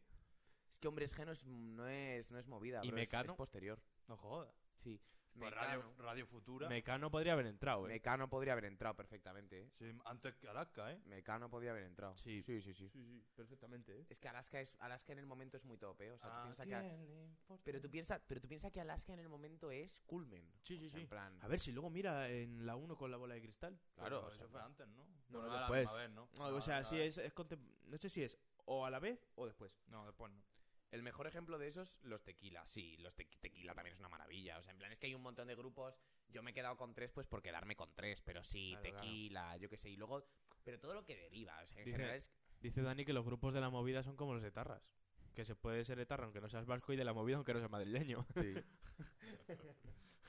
es que Hombres G no es, no es, no es movida,
¿Y
bro, es-
Mecano?
Es, posterior.
No jodas.
Sí.
Pues
Mecano,
Radio, Radio Futura.
Mecano podría haber entrado, ¿eh?
Mecano podría haber entrado perfectamente, ¿eh?
Sí, antes que Alaska, ¿eh?
Mecano podría haber entrado.
Sí.
sí, sí. sí.
Sí, sí, perfectamente, ¿eh?
Es que Alaska, es, Alaska en el momento es muy top, ¿eh? O sea, tú
Ah, ¿A
piensa que...
quién le importa?
Pero tú piensas pero tú piensa que Alaska en el momento es culmen.
Sí,
O
sí,
sea,
sí.
En plan...
A ver si luego mira en la 1 con la bola de cristal.
claro,
Pero
o sea,
eso fue antes, ¿no?
No,
Bueno,
no,
era la
después.
misma vez, ¿no?
No, o
Ah,
sea,
era-
sí, es, es contem- no sé si es o a la vez o después.
No, después no.
El mejor ejemplo de esos, los tequila, sí, los tequi- tequila también es una maravilla. O sea, en plan, es que hay un montón de grupos. Yo me he quedado con tres, pues por quedarme con tres, pero sí,
Claro, claro.
tequila, yo qué sé, y luego. Pero todo lo que deriva, o sea, en
Dice-
general es.
Dice Dani que los grupos de la movida son como los etarras. Que se puede ser etarra aunque no seas vasco y de la movida aunque no seas madrileño.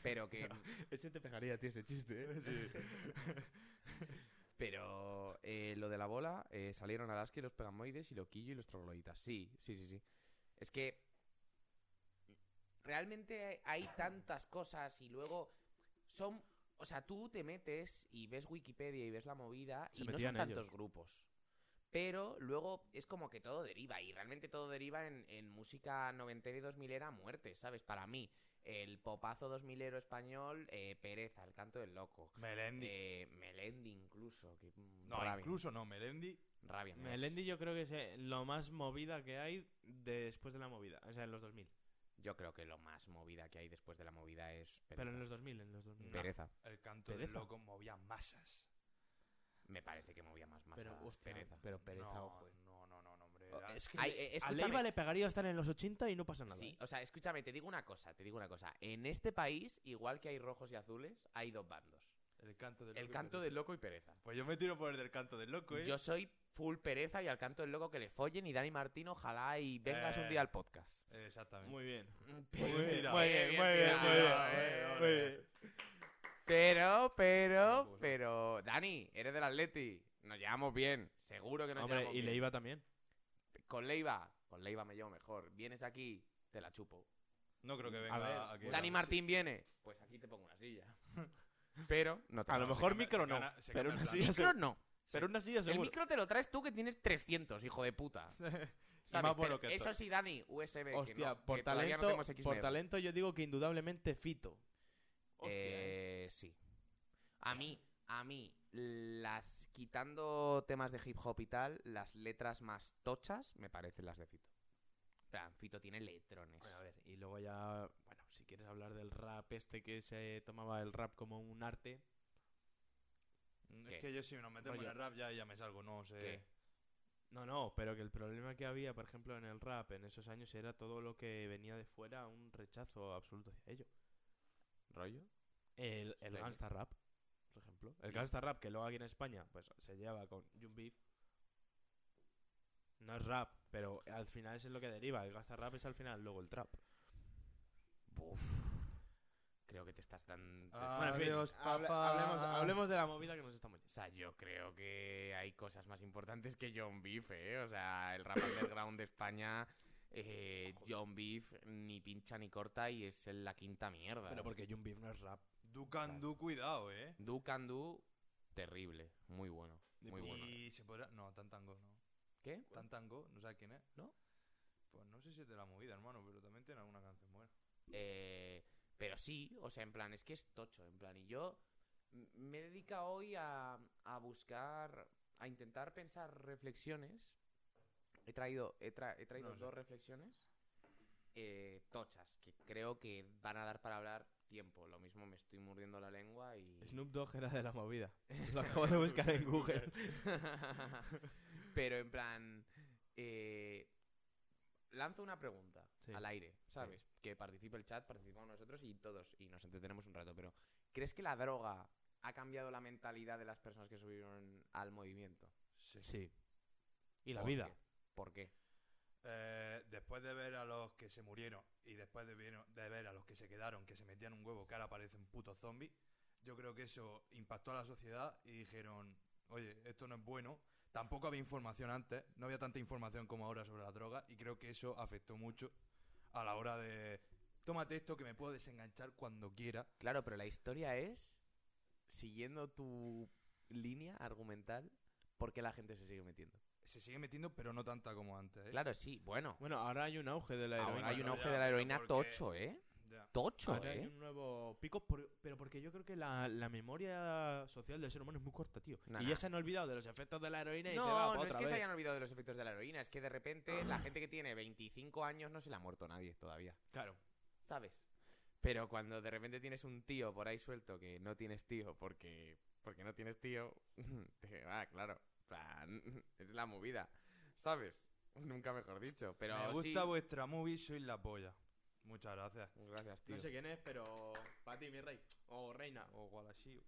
Pero que.
ese te pegaría, tío, ese chiste, ¿eh?
Pero eh, lo de la bola, eh, salieron Alaska y los pegamoides y Loquillo y los trogloditas. Sí, sí, sí, sí. Es que realmente hay tantas cosas y luego son... O sea, tú te metes y ves Wikipedia y ves la movida
Se
y no son
metían
tantos
ellos.
grupos. Pero luego es como que todo deriva y realmente todo deriva en, en música noventera y dos milera a muerte, ¿sabes? Para mí, el popazo dos milero español, eh, Pereza, el canto del loco.
Melendi.
Eh, Melendi incluso. Que, mm,
no,
rabia,
incluso no, Melendi.
Rabia. me da.
Melendi yo creo que es eh, lo más movida que hay después de la movida. O sea, en los 2000.
Yo creo que lo más movida que hay después de la movida es pereza.
Pero en los 2000, en los 2000.
Pereza.
El canto del
Pereza.
loco movía masas.
Me parece que movía más más
Pero,
a
hostia,
pereza.
pero pereza,
no,
ojo. eh.
No, no, no, no, hombre.
O-
era-
es que
Ay,
le- eh,
a
escúchame,
Leiva le pegaría estar en los 80 y no pasa nada.
sí,
¿eh?
o sea, escúchame, te digo una cosa, te digo una cosa. En este país, igual que hay rojos y azules, hay dos bandos.
El canto del
El
loco.
canto del loco y pereza.
Pues yo me tiro por el del canto del loco, ¿eh?
Yo soy full pereza y al canto del loco que le follen y Dani Martín, ojalá y vengas un
Eh.
día al podcast.
Eh, Exactamente.
Muy bien.
Pero-
bien tirado.
muy
bien,
bien, muy bien,
tirado,
muy bien,
eh,
muy
muy
bien.
bien.
Pero,
Bueno,
pero,
pues-
pero, Dani, eres del Atleti. Nos llevamos bien, seguro que nos
Hombre,
llevamos
y
bien.
Leiva también.
Con Leiva, con Leiva me llevo mejor. Vienes aquí, te la chupo.
No creo que venga
A ver,
aquí.
Dani Martín viene, pues aquí te pongo una silla. Pero no te
A
la
lo
vas
mejor
cambia-
micro
se
no,
gana- se
pero
cambia
una
el
a-
silla
plan.
se-
Micro no.
Pero una silla
El
seguro.
micro te lo traes tú que tienes 300, hijo de puta.
Y más bueno
¿Sabes? Pero
que esto.
Eso sí, Dani, USB. que
Hostia,
no, que
por,
todavía no
talento,
tenemos Xmail.
por talento yo digo que indudablemente Fito.
Eh, sí. A mí, a mí, las quitando temas de hip hop y tal, las letras más tochas me parecen las de Fito. En plan, Fito tiene letrones.
Bueno, a ver, y luego ya, bueno, si quieres hablar del rap este que se tomaba el rap como un arte.
¿Qué?
Es que yo si nos metemos
Rollo.
en el rap ya, ya me salgo, no sé.
¿Qué?
No, no, pero que el problema que había, por ejemplo, en el rap en esos años era todo lo que venía de fuera un rechazo absoluto hacia ello.
¿Rollo?
El, el
Hostia,
gangsta rap, por ejemplo. El gangsta rap que luego aquí en España pues se lleva con Jun Beef. No es rap, pero al final eso es lo que deriva. El gangsta rap es al final luego el trap.
Buf. Creo que te estás dando...
Ah,
Bueno, en fin,
Adiós,
habla-
papá.
hablemos- hablemos
de la movida que nos estamos
O sea, yo creo que hay cosas más importantes que John Beef, ¿eh? O sea, el rap underground de España, eh, John Beef ni pincha ni corta y es en la quinta mierda.
Pero porque Jun Beef no es rap.
Ducandú, cuidado, eh.
Do Can Do, terrible. Muy bueno. Muy bueno. eh.
Y se podrá. No, tan tango, no.
¿Qué?
Tan tango, no sabes quién es.
¿No?
Pues no sé si es de la movida, hermano, pero también tiene alguna canción buena.
Eh, pero sí, o sea, en plan, es que es tocho, en plan. Y yo m- me he dedicado hoy a, a buscar, a intentar pensar reflexiones. He traído, he tra- he traído
No sé.
dos reflexiones eh, tochas, que creo que van a dar para hablar tiempo. Lo mismo me estoy mordiendo la lengua y...
Snoop Dogg era de la movida. Lo acabo de buscar en Google.
Pero en plan, eh, lanzo una pregunta
Sí.
al aire, ¿sabes? Que participe el chat, participamos nosotros y todos, y nos entretenemos un rato. Pero, ¿crees que la droga ha cambiado la mentalidad de las personas que subieron al movimiento?
Sí. Y la
¿Por
vida.
qué? ¿Por qué?
Eh, después de ver a los que se murieron y después de, vieron- de ver a los que se quedaron, que se metían un huevo, que ahora parecen putos zombies, yo creo que eso impactó a la sociedad y dijeron, oye, esto no es bueno. Tampoco había información antes, no había tanta información como ahora sobre la droga y creo que eso afectó mucho a la hora de... Tómate esto que me puedo desenganchar cuando quiera.
Claro, pero la historia es, siguiendo tu línea argumental, ¿por qué la gente se sigue metiendo?
Se sigue metiendo, pero no tanta como antes. ¿eh?
Claro, sí, bueno.
Bueno, ahora hay un auge de la heroína.
Ahora hay un
¿no?
auge
Ya,
de la
pero
heroína
porque-
tocho, ¿eh?
Ya.
Tocho,
Ahora
¿eh?
hay un nuevo pico, por- pero porque yo creo que la, la memoria social del ser humano es muy corta, tío.
Nah,
y
nah.
ya se han olvidado de los efectos de la heroína y
No,
dice, va, pa'
no es
otra
que se
vez.
hayan olvidado de los efectos de la heroína, es que de repente la gente que tiene 25 años no se le ha muerto nadie todavía,
Claro.
¿sabes? Pero cuando de repente tienes un tío por ahí suelto que no tienes tío porque porque no tienes tío, te va, claro, en plan, es la movida, ¿sabes? Nunca mejor dicho, pero
me
sí-
gusta vuestra movie, sois la polla. Muchas gracias.
Gracias, tío.
No sé quién es, pero para ti, mi rey. O reina.
O Wallashi.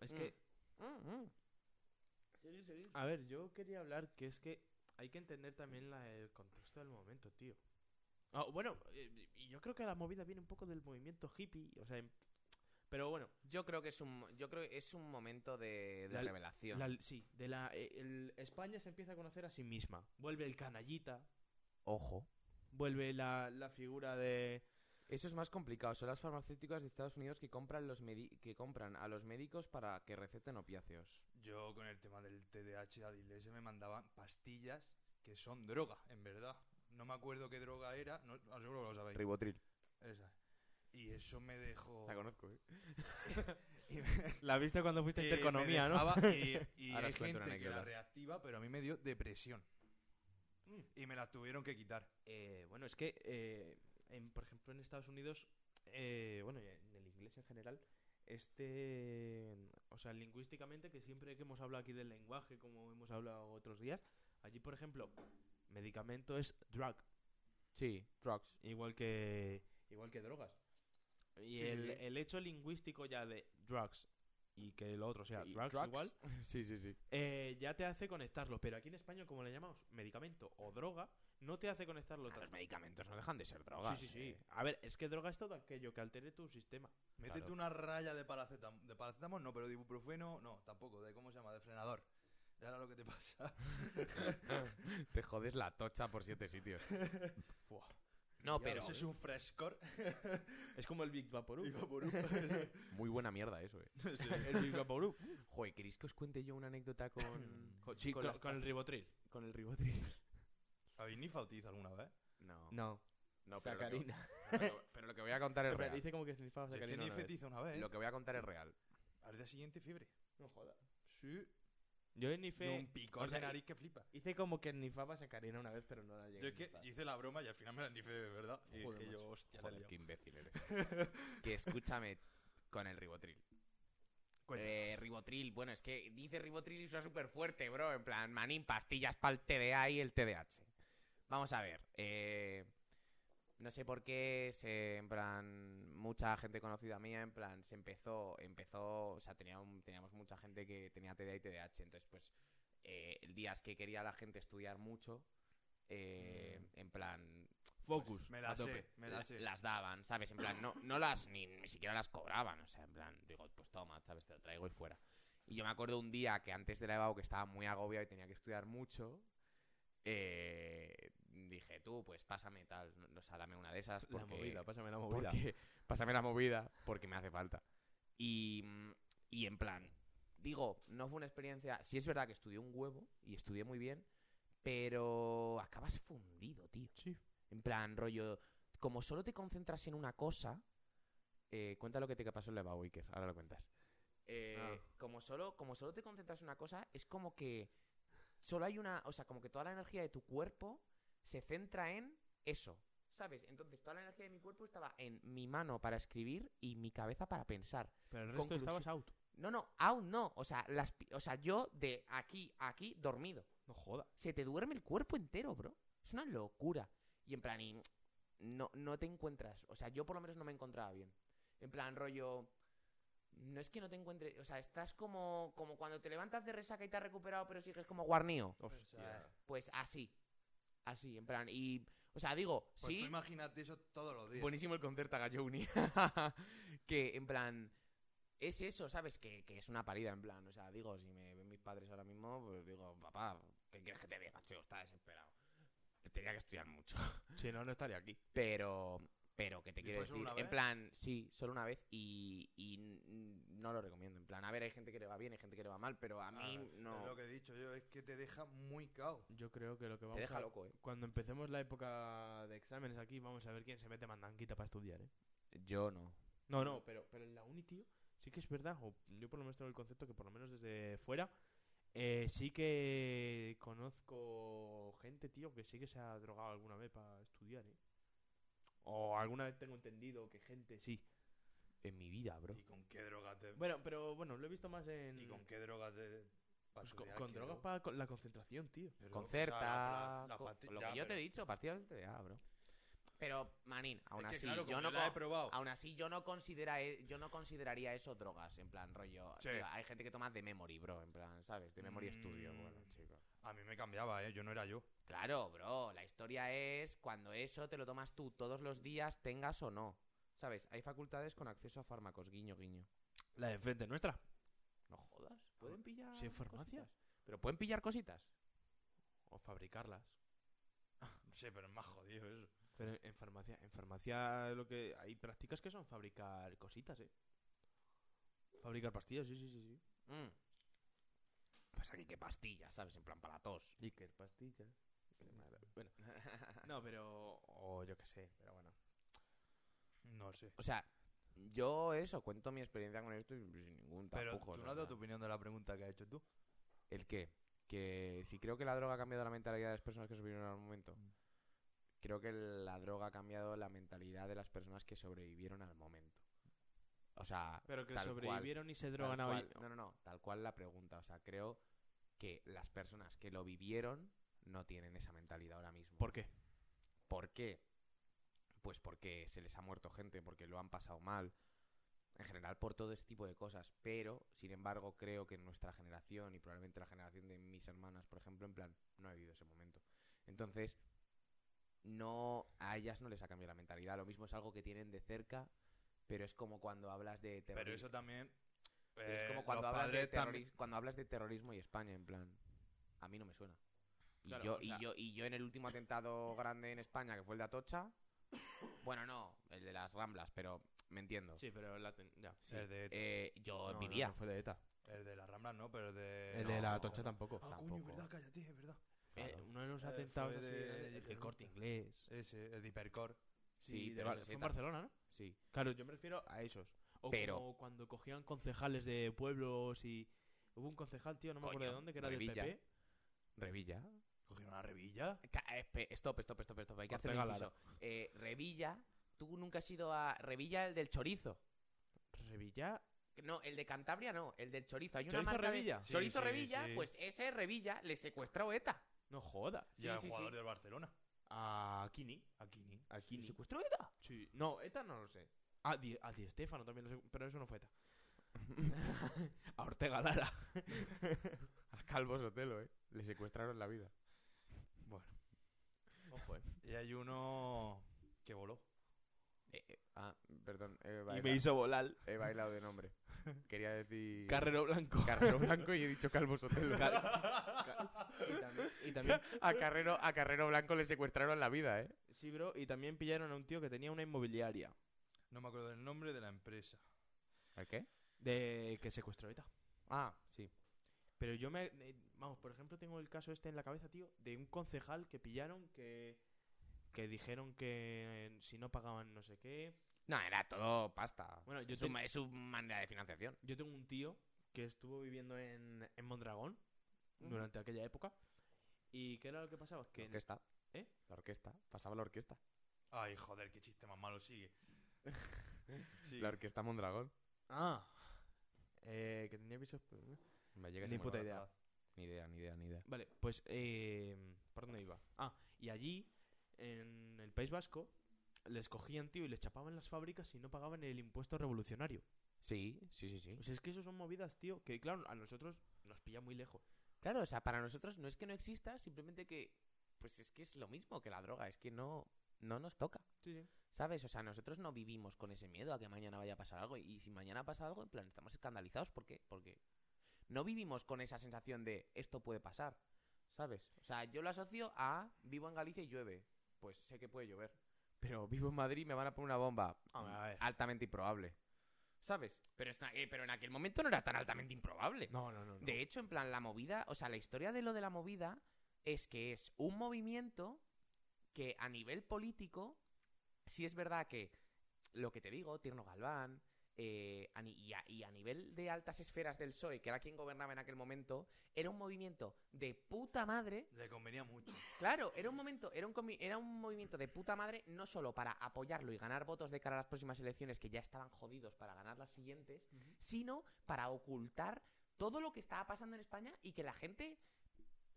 Es
Mm.
que,
Mm, mm.
a ver, yo quería hablar que es que hay que entender también la- el contexto del momento, tío. Ah, bueno, eh, y yo creo que la movida viene un poco del movimiento hippie, o sea, em- pero bueno,
Yo creo que es un yo creo que es un momento de, de
La-
revelación.
La- sí, de la, eh, el- España se empieza a conocer a sí misma. Vuelve el canallita,
Ojo.
vuelve la, la figura de...
Eso es más complicado. Son las farmacéuticas de Estados Unidos que compran, los medi- que compran a los médicos para que receten opiáceos.
Yo con el tema del TDAH y ADLS me mandaban pastillas que son droga, en verdad. No me acuerdo qué droga era, no, ah, seguro que lo sabéis.
Ribotril.
Esa. Y eso me
Oh.
dejó.
La conozco, ¿eh?
y me-
La viste cuando fuiste
y
a
eh, me
Intereconomía, ¿no?
dejaba Y, y
Ahora
hay
os cuento
gente
una
que la
anécdota. Mm.
reactiva, pero a mí me dio depresión. Y me las tuvieron que quitar.
Eh, bueno, es que, eh, en- por ejemplo, en Estados Unidos, eh, bueno, y en el inglés en general, este, o sea, lingüísticamente, que siempre que hemos hablado aquí del lenguaje, como hemos hablado otros días, allí, por ejemplo, medicamento es drug,
Sí, drugs.
igual que, igual que drogas. Y
Sí, sí,
el,
sí.
el hecho lingüístico ya de drugs y que lo otro sea
Y
drugs, igual,
Sí, sí, sí.
eh, ya te hace conectarlo. Pero aquí en español, como le llamamos medicamento o droga, no te hace conectarlo
los
tanto.
medicamentos no dejan de ser drogas. eh.
Sí, sí, sí. A ver, es que droga es todo aquello que altere tu sistema.
Métete una raya de paracetamol. De paracetamol, no, pero de ibuprofeno, no, tampoco. ¿De cómo se llama? De frenador. Y ahora lo que te pasa.
Te jodes la tocha por siete sitios. No,
Y ahora
pero
Eso es un frescor.
Es como el Big Vaporub.
Y vaporú. Eso.
muy buena mierda eso, eh.
Sí.
el Big Vaporub.
Joder, ¿queréis que os cuente yo una anécdota con...
Con,
Sí,
con-
las-
con el Ribotril. Con el Ribotril.
¿Habéis ni fautizo alguna vez?
No,
No,
no, pero, lo que,
sacarina.
pero lo- pero lo que voy a contar es
Espera,
real.
Dice como que snifaba
Yo es que
sacarina.
ni
una vez.
fetizo una vez. ¿eh?
Lo que voy a contar es real.
Al día siguiente fiebre.
No jodas.
Sí.
Yo
De
snifé.
un picor
o sea,
de nariz que flipa.
Hice como que snifaba sacarina una vez, pero no la llegué.
Yo
a
es que
snifar.
hice la broma y al final me la nifé de verdad. Y
Joder,
dije yo,
macho.
hostia, la he
Joder,
liado.
qué imbécil eres. que escúchame con el ribotril. Eh, ribotril, bueno, es que dice ribotril y suena súper fuerte, bro. En plan, manín, pastillas para el TDA y el TDH. Vamos a ver. eh, no sé por qué, se, en plan, mucha gente conocida mía, en plan, se empezó, empezó, o sea, tenía un- teníamos mucha gente que tenía TDA y TDH. Entonces, pues, eh, días que quería la gente estudiar mucho, eh, en plan,
Mm.
pues,
Focus.
Me la
a tope.
sé, me la
la-
sé.
las daban, ¿sabes? En plan, no, no las ni, ni siquiera las cobraban, o sea, en plan, digo, pues toma, ¿sabes? Te lo traigo y fuera. Y yo me acuerdo un día que antes de la EBAU, que estaba muy agobiado y tenía que estudiar mucho, eh, dije, tú, pues pásame tal, o sea, dame una de esas.
La
porque-
movida, pásame la movida.
porque pásame la movida porque me hace falta. Y, mm, y en plan, digo, no fue una experiencia. Sí es verdad que estudié un huevo y estudié muy bien, pero acabas fundido, tío. En plan, rollo, como solo te concentras en una cosa, eh, cuenta lo que te pasó en la Eva Wicker, ahora lo cuentas. Eh, como, solo, como solo te concentras en una cosa, es como que solo hay una, o sea, como que toda la energía de tu cuerpo se centra en eso, ¿sabes? Entonces toda la energía de mi cuerpo estaba en mi mano para escribir y mi cabeza para pensar.
Pero el resto
Conclusión.
estabas out.
No, no, aún no, o sea, las, pi- o sea, yo de aquí a aquí dormido.
No jodas.
Se te duerme el cuerpo entero, bro. Es una locura. Y en plan, y no, no te encuentras. O sea, yo por lo menos no me encontraba bien. En plan, rollo. No es que no te encuentres. O sea, estás como, como cuando te levantas de resaca y te has recuperado, pero sigues como guarnío.
Hostia.
Pues así. Así, en plan. Y. O sea, digo,
Pues tú
sí.
imagínate eso todos los días.
Buenísimo el concierto a Gayouni. que, en plan. Es eso, ¿sabes? Que, que es una parida, en plan. O sea, digo, si me ven mis padres ahora mismo, pues digo, papá, ¿qué quieres que te diga? Chico, está desesperado. Que Tenía que estudiar mucho.
Si no, no estaría aquí.
Pero. Pero que te
¿Y
quiero
fue solo
decir.
una
En
vez?
plan, sí, solo una vez. Y, y n- n- no lo recomiendo. En plan, a ver, hay gente que le va bien, hay gente que le va mal, pero a
Ah,
mí
es
no.
lo que he dicho yo, es que te deja muy cao.
Yo creo que lo que vamos
Te deja
a...
loco, eh.
Cuando empecemos la época de exámenes aquí, vamos a ver quién se mete mandanguita para estudiar, ¿eh?
Yo no.
No, no, pero, pero en la uni, tío, sí que es verdad, o yo por lo menos tengo el concepto que por lo menos desde fuera, eh, sí que conozco gente, tío, que sí que se ha drogado alguna vez para estudiar, ¿eh? O alguna vez tengo entendido que gente, sí.
En mi vida, bro.
¿Y con qué droga te.?
Bueno, pero bueno, lo he visto más en...
¿Y con qué droga te.? pa'
pues con,
estudiar,
con
qué
drogas
droga?
para la concentración, tío.
Pero, o sea, la-
Concerta.
la- la
co-
pati-
lo que
ya,
yo te
pero-
he dicho, pastillas de TDA, bro. Pero, Manín, aún
Es que
así,
claro, como
yo no.
la he
co-
probado.
Aún así, yo no, considera, e- yo no consideraría eso drogas, en plan rollo.
Sí.
tío, hay gente que toma de memory, bro, en plan, ¿sabes? De memory studio, bueno,
Mm.
chico.
A mí me cambiaba, ¿eh? Yo no era yo.
Claro, bro, la historia es cuando eso te lo tomas tú todos los días, tengas o no. ¿Sabes? Hay facultades con acceso a fármacos, guiño, guiño.
La de enfrente nuestra.
No jodas, pueden pillar.
¿Sí hay farmacias?
cositas? Pero pueden pillar cositas.
O fabricarlas.
No sé, pero es más jodido eso.
Pero en- en farmacia, en farmacia lo que hay prácticas que son fabricar cositas, eh. Fabricar pastillas, sí, sí, sí, sí.
Mm. Pues aquí, qué pastillas, ¿sabes? En plan, para la tos.
Y que pastillas. Bueno. No, pero. O yo qué sé, pero bueno.
No sé.
O sea, yo eso, cuento mi experiencia con esto y sin ningún
Pero
tapujo. o
tú
sea,
no has dado tu opinión de la pregunta que has hecho tú.
¿El qué? Que si creo que la droga ha cambiado la mentalidad de las personas que sobrevivieron al momento. Creo que la droga ha cambiado la mentalidad de las personas que sobrevivieron al momento. O sea,
Pero que
Tal
sobrevivieron y se
tal
drogan hoy.
cual- no, no, no, tal cual la pregunta. O sea, creo que las personas que lo vivieron no tienen esa mentalidad ahora mismo.
¿Por qué?
¿Por qué? Pues porque se les ha muerto gente, porque lo han pasado mal. En general, por todo ese tipo de cosas. Pero, sin embargo, creo que nuestra generación y probablemente la generación de mis hermanas, por ejemplo, en plan, no ha vivido ese momento. Entonces, no a ellas no les ha cambiado la mentalidad. Lo mismo es algo que tienen de cerca, pero es como cuando hablas de terrorismo.
Pero eso también.
Pero
eh,
es como cuando
los
hablas, de
padres también-
terroris- cuando hablas de terrorismo y España, en plan. a mí no me suena. Y,
Claro,
yo,
o
y,
sea-
yo, y yo en el último atentado grande en España, que fue el de Atocha, bueno, no, el de las Ramblas, pero me entiendo.
Sí, pero la ten- ya.
Sí.
El de,
Eh, yo
No, no,
vivía.
no fue de ETA.
El de las Ramblas no, pero el de.
El de la Tocha tampoco.
Ah, coño,
tampoco.
verdad, cállate, es verdad.
eh, uno de los
Eh, fue
atentados
de-
así,
de-
el,
de-
corte inglés.
Ese, el de Hipercore.
Sí,
de
pero
Bar-
eso sí
fue en
tam-
Barcelona, ¿no?
Sí.
Claro, yo me refiero a esos. O
Pero-
como cuando cogían concejales de pueblos y... Hubo un concejal, tío, no me acuerdo
Coño,
de dónde, que era del
Revilla.
PP.
Revilla.
¿Cogieron una revilla?
Ca- eh, espe- Stop, stop, stop, stop. Hay que hacer un
Ortega
inciso. Eh, Revilla, tú nunca has ido a Revilla, el del chorizo.
¿Revilla?
No, el de Cantabria no, el del chorizo. Hay una
¿Chorizo
marca de-
Revilla?
Sí,
chorizo
sí,
Revilla,
sí.
pues ese Revilla le secuestró ETA.
No jodas.
y al jugador del Barcelona.
A Kini.
A Kini.
A
¿Le
Kini.
secuestró ETA?
Sí. No, ETA no lo sé. A Di, a Di Stéfano también lo sé, pero eso no fue ETA. a Ortega Lara.
A Calvo Sotelo, ¿eh? Le secuestraron la vida.
Ojo, eh.
Y hay uno que voló.
ah, perdón. He
Y me hizo volar.
bailado de nombre. Quería decir...
Carrero Blanco.
Carrero Blanco y he dicho Calvo Sotelo.
Y también, y también-
a, Carrero, a Carrero Blanco le secuestraron la vida, ¿eh?
sí, bro, y también pillaron a un tío que tenía una inmobiliaria.
No me acuerdo del nombre de la empresa.
¿A qué?
De que secuestró ETA.
Ah, sí.
Pero yo me. eh, Vamos, por ejemplo, tengo el caso este en la cabeza, tío, de un concejal que pillaron que. Que dijeron que eh, si no pagaban no sé qué.
No, era todo pasta.
Bueno, yo,
es, su,
te-
ma- es su manera de financiación.
yo tengo un tío que estuvo viviendo en, en Mondragón durante aquella época. ¿Y qué era Mm. lo que pasaba?
La
Que en-
orquesta.
¿Eh?
La orquesta. Pasaba la orquesta.
Ay, joder, qué chiste más malo sigue. Sí.
La orquesta Mondragón.
Ah,
Eh, que tenía bichos.
Vallecas y
Ni puta
Mondragón.
idea.
Ni idea, ni idea, ni idea.
vale, pues. Eh, ¿Por dónde iba? Ah, y allí, en el País Vasco, les cogían, tío, y les chapaban las fábricas y no pagaban el impuesto revolucionario.
Sí, sí, sí, sí.
O sea, es que eso son movidas, tío, que claro, a nosotros nos pilla muy lejos.
Claro, o sea, para nosotros no es que no exista, simplemente que... Pues es que es lo mismo que la droga, es que no, no nos toca.
Sí, sí.
¿Sabes? O sea, nosotros no vivimos con ese miedo a que mañana vaya a pasar algo. Y si mañana pasa algo, en plan, estamos escandalizados. ¿Por qué? Porque no vivimos con esa sensación de esto puede pasar. ¿Sabes? O sea, yo lo asocio a vivo en Galicia y llueve. Pues sé que puede llover. Pero vivo en Madrid y me van a poner una bomba.
Hombre, a ver.
Altamente improbable. ¿Sabes? Pero, es na- eh, pero en aquel momento no era tan altamente improbable.
No, no, no. no.
De hecho, en plan, la movida, o sea, la historia de lo de la movida es que es un movimiento que a nivel político, sí es verdad que lo que te digo, Tierno Galván, eh, a ni- y, a, y a nivel de altas esferas del PSOE, E, que era quien gobernaba en aquel momento, era un movimiento de puta madre
Le convenía mucho.
Claro, era un momento, era un, comi- era un movimiento de puta madre, no solo para apoyarlo y ganar votos de cara a las próximas elecciones que ya estaban jodidos para ganar las siguientes, sino para ocultar todo lo que estaba pasando en España y que la gente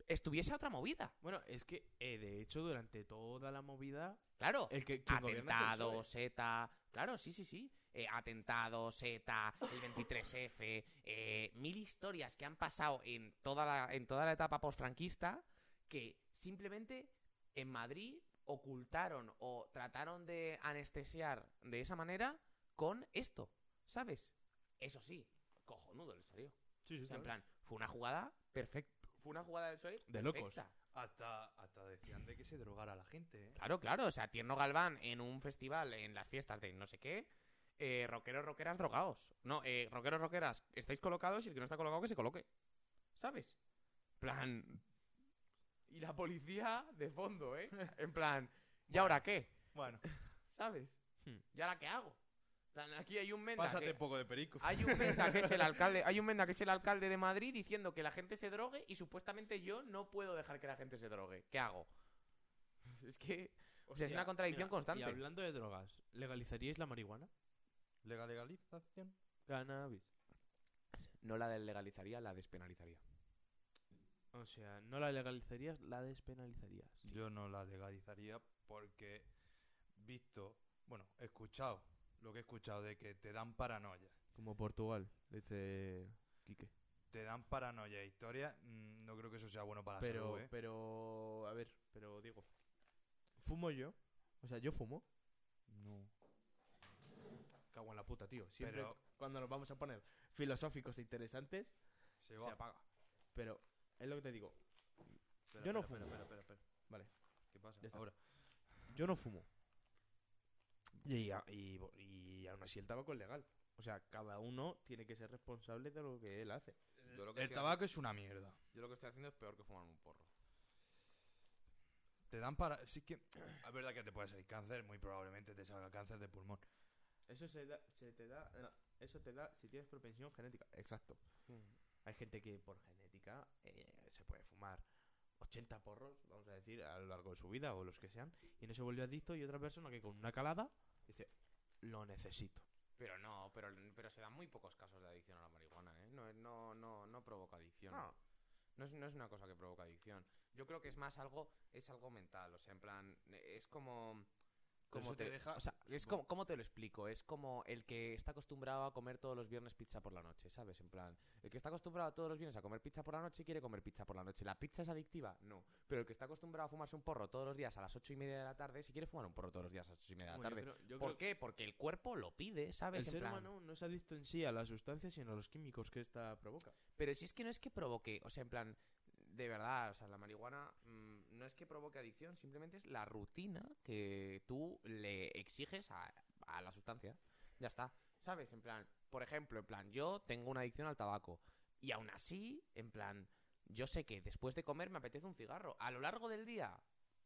estuviese a otra movida.
Bueno, es que, eh, de hecho, durante toda la movida,
Claro,
el que quien gobierna es el
atentados, ETA, claro, sí, sí, sí, eh, atentados, ETA, el 23F, eh, mil historias que han pasado en toda la, en toda la etapa postfranquista que simplemente en Madrid ocultaron o trataron de anestesiar de esa manera con esto, ¿sabes? Eso sí, cojonudo le salió.
PSOE.
O sea, en plan, fue una jugada perfecta. Fue una jugada del PSOE
De locos.
E perfecta.
Hasta, hasta decían de que se drogara la gente, ¿eh?
Claro, claro, o sea, Tierno Galván en un festival, en las fiestas de no sé qué, eh, rockeros, rockeras, drogados. No, eh, rockeros, rockeras, estáis colocados y el que no está colocado que se coloque. ¿Sabes? Plan... Y la policía de fondo, ¿eh? En plan, ¿y ahora qué?
Bueno,
¿Sabes?
Hmm.
¿Y ahora qué hago? En plan, aquí hay un menda
pásate
que...
poco de perico.
Hay un menda que es el alcalde, hay un menda que es el alcalde de Madrid diciendo que la gente se drogue y supuestamente yo no puedo dejar que la gente se drogue. ¿Qué hago? Es que o sea, es una contradicción constante.
Y hablando de drogas, ¿legalizaríais la marihuana?
Legal- legalización.
Cannabis.
No la legalizaría, la despenalizaría.
O sea, no la legalizarías, la despenalizarías.
Yo no la legalizaría porque visto, bueno, escuchado lo que he escuchado de que te dan paranoia.
Como Portugal, dice Quique.
Te dan paranoia e historia, mm, no creo que eso sea bueno para la
Pero,
salud, ¿eh?
pero, a ver, pero digo, fumo yo, o sea, yo fumo.
No.
Cago en la puta, tío. Siempre
Pero-
cuando nos vamos a poner filosóficos e interesantes,
Se
se
va.
apaga. Pero es lo que te digo.
Espera,
Yo no
espera,
fumo.
Espera, espera, espera, espera.
Vale.
¿Qué pasa?
Ya está.
Ahora.
Yo no fumo. Y, a- y, bo- y aún así el tabaco es legal. O sea, cada uno tiene que ser responsable de lo que él hace.
Yo lo que
Eh, El
estoy
tabaco es una mierda.
Yo lo que estoy haciendo es peor que fumarme un porro.
Te dan para... Sí que... Es verdad que te puede salir cáncer, muy probablemente te salga cáncer de pulmón.
Eso se, da, se te da... eh, Eso te da si tienes propensión genética. Exacto.
Hmm.
Hay gente que por genética eh, se puede fumar 80 porros, vamos a decir, a lo largo de su vida o los que sean, y no se vuelve adicto y otra persona que con una calada dice, lo necesito.
Pero no, pero, pero se dan muy pocos casos de adicción a la marihuana, ¿eh? No, es- no, no, no provoca adicción.
No.
No es, no es una cosa que provoca adicción. Yo creo que es más algo, es algo mental, o sea, en plan, eh, es como...
Pero
como
eso te deja-
o sea, es como, ¿cómo te lo explico? Es como el que está acostumbrado a comer todos los viernes pizza por la noche, ¿sabes? En plan, el que está acostumbrado todos los viernes a comer pizza por la noche quiere comer pizza por la noche. ¿La pizza es adictiva? No. Pero el que está acostumbrado a fumarse un porro todos los días a las ocho y media de la tarde, si quiere fumar un porro todos los días a las ocho y media de la
Bueno, yo
tarde.
creo- yo
¿Por
creo
qué? Porque el cuerpo lo pide,
que
¿sabes?
El
En
ser
plan-
humano no es adicto en sí a las sustancias, sino a los químicos que esta provoca.
Pero si es que no es que provoque, o sea, en plan, de verdad, o sea, la marihuana mm, no es que provoque adicción, simplemente es la rutina que tú le exiges a, a la sustancia. Ya está, ¿sabes? En plan, por ejemplo, en plan, yo tengo una adicción al tabaco y aún así, en plan, yo sé que después de comer me apetece un cigarro. A lo largo del día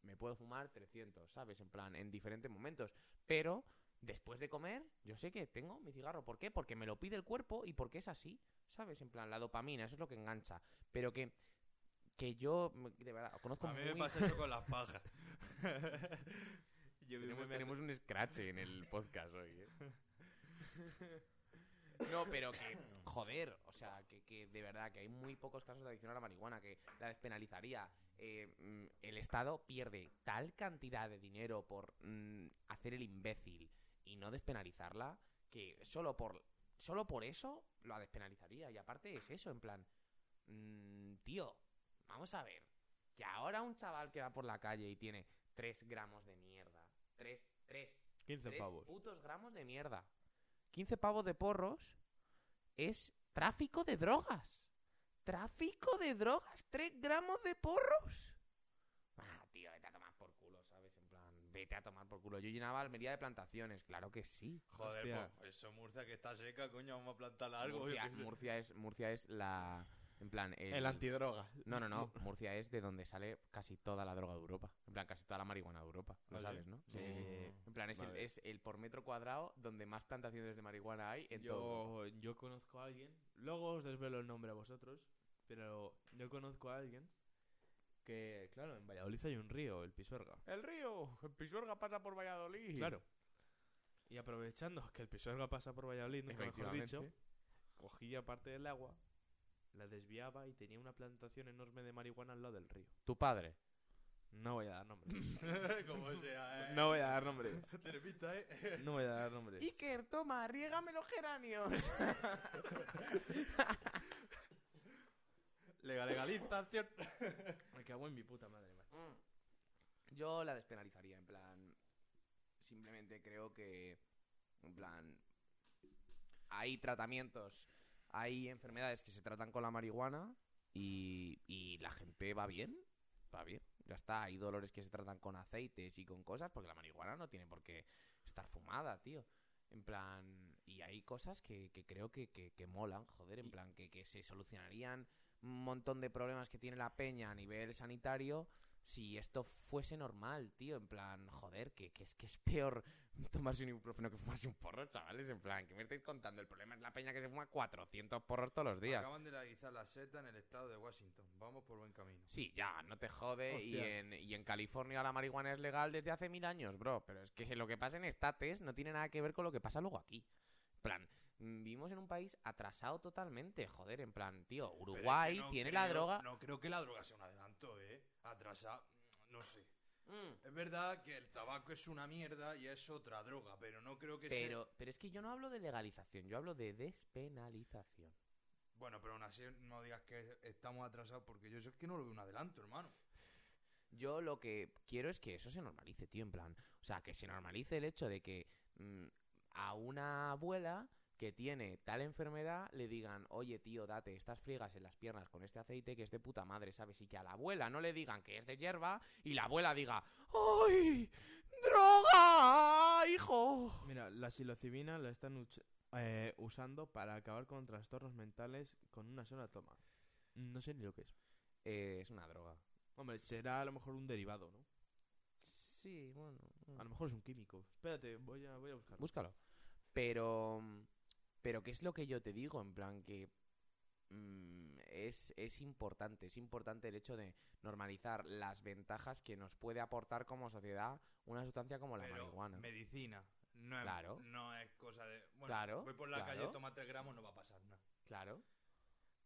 me puedo fumar 300, ¿sabes? En plan, en diferentes momentos. Pero después de comer, yo sé que tengo mi cigarro. ¿Por qué? Porque me lo pide el cuerpo y porque es así, ¿sabes? En plan, la dopamina, eso es lo que engancha. Pero que, que yo, mm, de verdad, conozco
A mí me
muy-
pasa eso con las pajas. Yo
Tenemos,
me-
tenemos un scratch en el podcast hoy, ¿eh? No, pero que, joder, o sea, que, que de verdad que hay muy pocos casos de adicción a la marihuana, que la despenalizaría. Eh, mm, el Estado pierde tal cantidad de dinero por mm, hacer el imbécil y no despenalizarla, que solo por, solo por eso la despenalizaría. Y aparte es eso, en plan, mm, tío, vamos a ver, que ahora un chaval que va por la calle y tiene 3 gramos de mierda, 3, 3,
15
Tres
pavos.
putos gramos de mierda. 15 pavos de porros es tráfico de drogas. Tráfico de drogas. 3 gramos de porros. Ah, tío, vete a tomar por culo, ¿sabes? En plan, vete a tomar por culo. Yo llenaba Almería de plantaciones, claro que sí.
Joder,
Hostia.
pues eso Murcia que está seca, coño, vamos a plantar algo. yo
Murcia,
qué sé.
Murcia es, Murcia es la... En plan, el,
El antidroga.
No, no, no. Murcia es de donde sale casi toda la droga de Europa. En plan, casi toda la marihuana de Europa. Lo
¿Ah, sí?
sabes, ¿no? Sí, sí, sí.
Eh,
En plan, es, el,
Vale.
es el por metro cuadrado donde más plantaciones de marihuana hay en todo.
yo, yo conozco a alguien, luego os desvelo el nombre a vosotros, pero yo conozco a alguien que, claro, en Valladolid hay un río, el Pisuerga.
El río, el Pisuerga pasa por Valladolid.
Claro. Y aprovechando que el Pisuerga pasa por Valladolid, nunca mejor dicho,
Efectivamente.
cogía parte del agua, la desviaba y tenía una plantación enorme de marihuana al lado del río.
Tu padre.
No voy a dar nombres.
Como sea, eh.
No voy a dar nombres.
Se te pinta, eh.
No voy a dar nombres.
Iker, toma, riégame los geranios.
Legal, legalización.
Me cago en mi puta madre, macho.
Mm. Yo la despenalizaría, en plan. Simplemente creo que. En plan. Hay tratamientos, hay enfermedades que se tratan con la marihuana y, y la gente va bien. Va bien, ya está. Hay dolores que se tratan con aceites y con cosas porque la marihuana no tiene por qué estar fumada, tío. En plan. Y hay cosas que, que creo que, que, que molan, joder, en plan, que, que se solucionarían un montón de problemas que tiene la peña a nivel sanitario si esto fuese normal, tío, en plan, joder, que, que es que es peor tomarse un ibuprofeno que fumarse un porro, chavales, en plan, que me estáis contando? El problema es la peña que se fuma 400 porros todos los días.
Acaban de legalizar la seta en el estado de Washington. Vamos por buen camino.
Sí, ya, no te jode. Y
Hostia.
en, y en California la marihuana es legal desde hace mil años, bro. Pero es que lo que pasa en estates no tiene nada que ver con lo que pasa luego aquí. En plan, mm, vivimos en un país atrasado totalmente, joder, en plan, tío,
Pero es que
Uruguay
no
tiene
creo-
la droga.
No creo que la droga sea un adelanto, eh. Atrasa, no sé.
Mm.
Es verdad que el tabaco es una mierda y es otra droga, pero no creo que sea.
Pero, pero es que yo no hablo de legalización, yo hablo de despenalización.
Bueno, pero aún así no digas que estamos atrasados porque yo sé que no lo veo un adelanto, hermano.
Yo lo que quiero es que eso se normalice, tío, en plan. O sea, que se normalice el hecho de que mm, a una abuela que tiene tal enfermedad le digan, oye tío, date estas friegas en las piernas con este aceite que es de puta madre, ¿sabes? Y que a la abuela no le digan que es de hierba y la abuela diga, ¡ay! ¡Droga! ¡Hijo!
Mira, la psilocibina la están uch- eh, usando para acabar con trastornos mentales con una sola toma. No sé ni lo que es.
Eh, es una droga.
Hombre, será a lo mejor un derivado, ¿no?
Sí, bueno.
A lo mejor es un químico. Espérate, voy a, voy a buscarlo.
Búscalo. Pero. Pero, ¿qué es lo que yo te digo? En plan, que. mm, es, es importante. Es importante el hecho de normalizar las ventajas que nos puede aportar como sociedad una sustancia como la
Pero
marihuana.
medicina. No es,
Claro.
no es cosa de... Bueno,
Claro,
voy por la calle,
claro.
toma 3 gramos, no va a pasar nada.
Claro,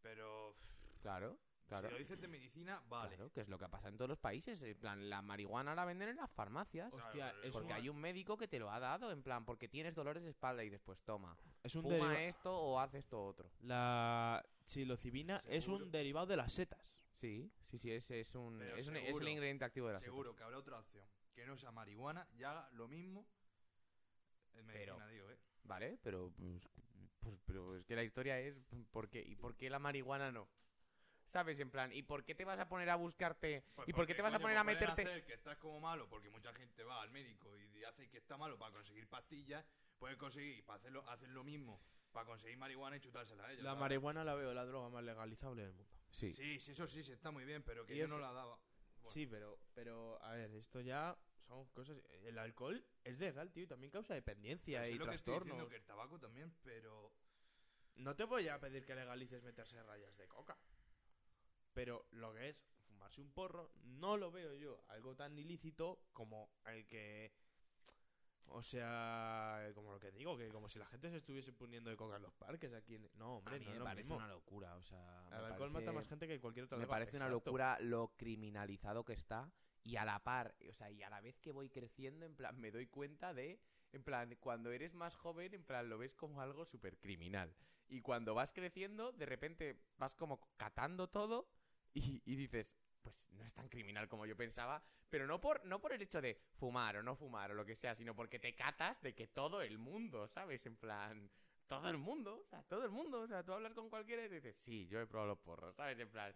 Pero pff,
claro, claro.
si lo dices de medicina, vale.
Claro, que es lo que pasa en todos los países. En plan, la marihuana la venden en las farmacias.
Claro,
Hostia,
pero
es
Porque
un,
hay un médico que te lo ha dado, en plan, porque tienes dolores de espalda y después toma.
es un
Fuma
deriva-
esto o haz esto otro.
La psilocibina es
Seguro.
un derivado de las setas.
Sí, sí, sí, es, es un,
Pero
es, un- es el
seguro,
ingrediente activo de la setas.
Seguro que habrá otra opción que no sea marihuana y haga lo mismo en medicina,
Pero-
digo, ¿eh?
Vale, pero, pues, pues, pero es que la historia es ¿por qué? ¿Y por qué la marihuana no? ¿Sabes? En plan, ¿y por qué te vas a poner a buscarte?
Pues
¿Y por
porque,
qué te vas a
coño,
poner a
pues pueden
meterte?
hacer que estás como malo, porque mucha gente va al médico y hace que está malo para conseguir pastillas, pueden conseguir, para hacerlo, hacen lo mismo, para conseguir marihuana y chutársela a ellos.
La
¿sabes?
marihuana la veo la droga más legalizable del mundo.
Sí.
Sí, sí, eso sí, se está muy bien, pero que
Y
yo
eso-
no la daba. Bueno.
Sí, pero, pero, a ver, esto ya son cosas... El alcohol es legal, tío, y también causa dependencia
Eso
y
es lo que estoy diciendo,
trastornos.
que el tabaco también, pero...
No te voy a pedir que legalices meterse rayas de coca. Pero lo que es fumarse un porro, no lo veo yo algo tan ilícito como el que... O sea, como lo que digo, que como si la gente se estuviese poniendo de coca en los parques aquí en... No, hombre, no es lo mismo.
locura, o sea...
El alcohol mata más gente que cualquier otra
Me
droga,
parece una
exacto.
locura lo criminalizado que está y a la par, o sea, y a la vez que voy creciendo, en plan, me doy cuenta de, en plan, cuando eres más joven, en plan, lo ves como algo súper criminal. Y cuando vas creciendo, de repente vas como catando todo y, y dices, pues no es tan criminal como yo pensaba, pero no por, no por el hecho de fumar o no fumar o lo que sea, sino porque te catas de que todo el mundo, ¿sabes? En plan... Todo el mundo, o sea, todo el mundo, o sea, tú hablas con cualquiera y te dices, sí, yo he probado los porros, ¿sabes? En plan,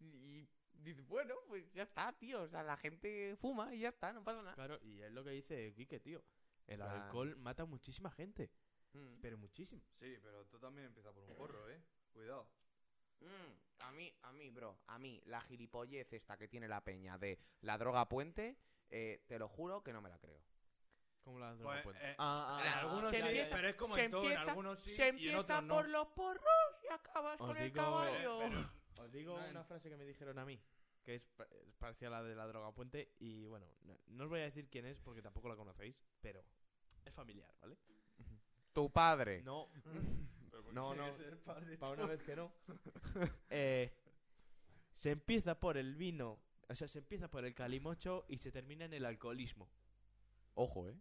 y dices, bueno, pues ya está, tío. O sea, la gente fuma y ya está, no pasa nada.
Claro, y es lo que dice Quique, tío. El
plan-
alcohol mata muchísima gente,
Mm.
pero muchísima.
Sí, pero tú también empiezas por un porro, ¿eh? Cuidado.
Mm, a mí, a mí, bro, a mí, la gilipollez esta que tiene la peña de la droga puente, eh, te lo juro que no me la creo.
Como la
Pues, eh,
ah,
en
ah,
algunos
se
sí,
empieza-
pero es como
se
en todo, en
empieza-
algunos sí
Se
y en
empieza
otros no.
por los porros y acabas
Os
con el
digo-
caballo.
Pero-
Os digo
No, en-
una frase que me dijeron a mí, que es, pa- es parecida a la de la droga puente, y bueno, no, no os voy a decir quién es porque tampoco la conocéis, pero es familiar, ¿vale?
Tu padre.
No,
Pero ¿por
No,
qué
no.
es el padre,
para una
chaval?
vez que no. Eh, se empieza por el vino, o sea, se empieza por el calimocho y se termina en el alcoholismo.
Ojo, eh.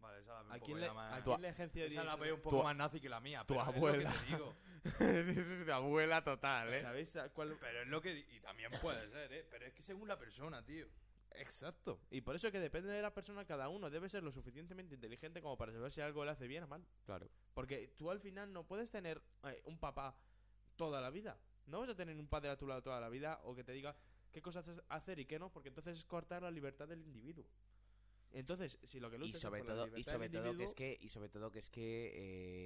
Vale, esa la veo un
¿A
poco
quién
ya
le,
más-
a quién le ejerció
Esa la
Dios?
veo un poco
Tu-
más nazi que la mía.
tu
pero es lo que
abuela.
te digo.
es de abuela total, eh.
¿Sabéis a cuál
Pero es lo que... Y también puede ser, ¿eh? Pero es que según la persona, tío.
Exacto. Y por eso que depende de la persona, cada uno debe ser lo suficientemente inteligente como para saber si algo le hace bien o mal.
Claro.
Porque tú al final no puedes tener eh, un papá toda la vida. No vas a tener un padre a tu lado toda la vida o que te diga qué cosas haces- hacer y qué no, porque entonces es cortar la libertad del individuo. Entonces, si lo que
y
luchas es
sobre
por la
todo y
libertad
sobre
del
todo que es
individuo-
que y sobre todo que es que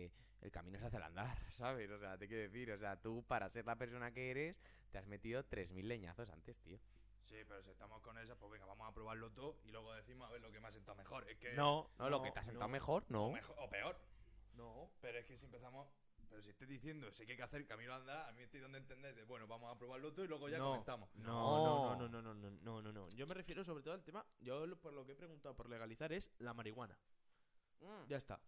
eh, el camino se hace al andar sabes o sea te quiero decir o sea tú para ser la persona que eres te has metido 3.000 leñazos antes tío
Sí, pero si estamos con esa, pues venga, vamos a probar los dos y luego decimos a ver lo que me ha sentado mejor. Es que...
eh, No,
no, lo que te has sentado mejor
O,
no
mejor- o peor.
No.
Pero es que si empezamos... Pero si estoy diciendo, sé que hay que hacer camino a andar, a mí estoy donde entendéis de, bueno, vamos a probarlo todo y luego ya
No.
comentamos.
No, no, no, no, no, no, no, no, no. Yo me refiero sobre todo al tema, yo lo- por lo que he preguntado por legalizar es la marihuana.
Mm.
Ya está.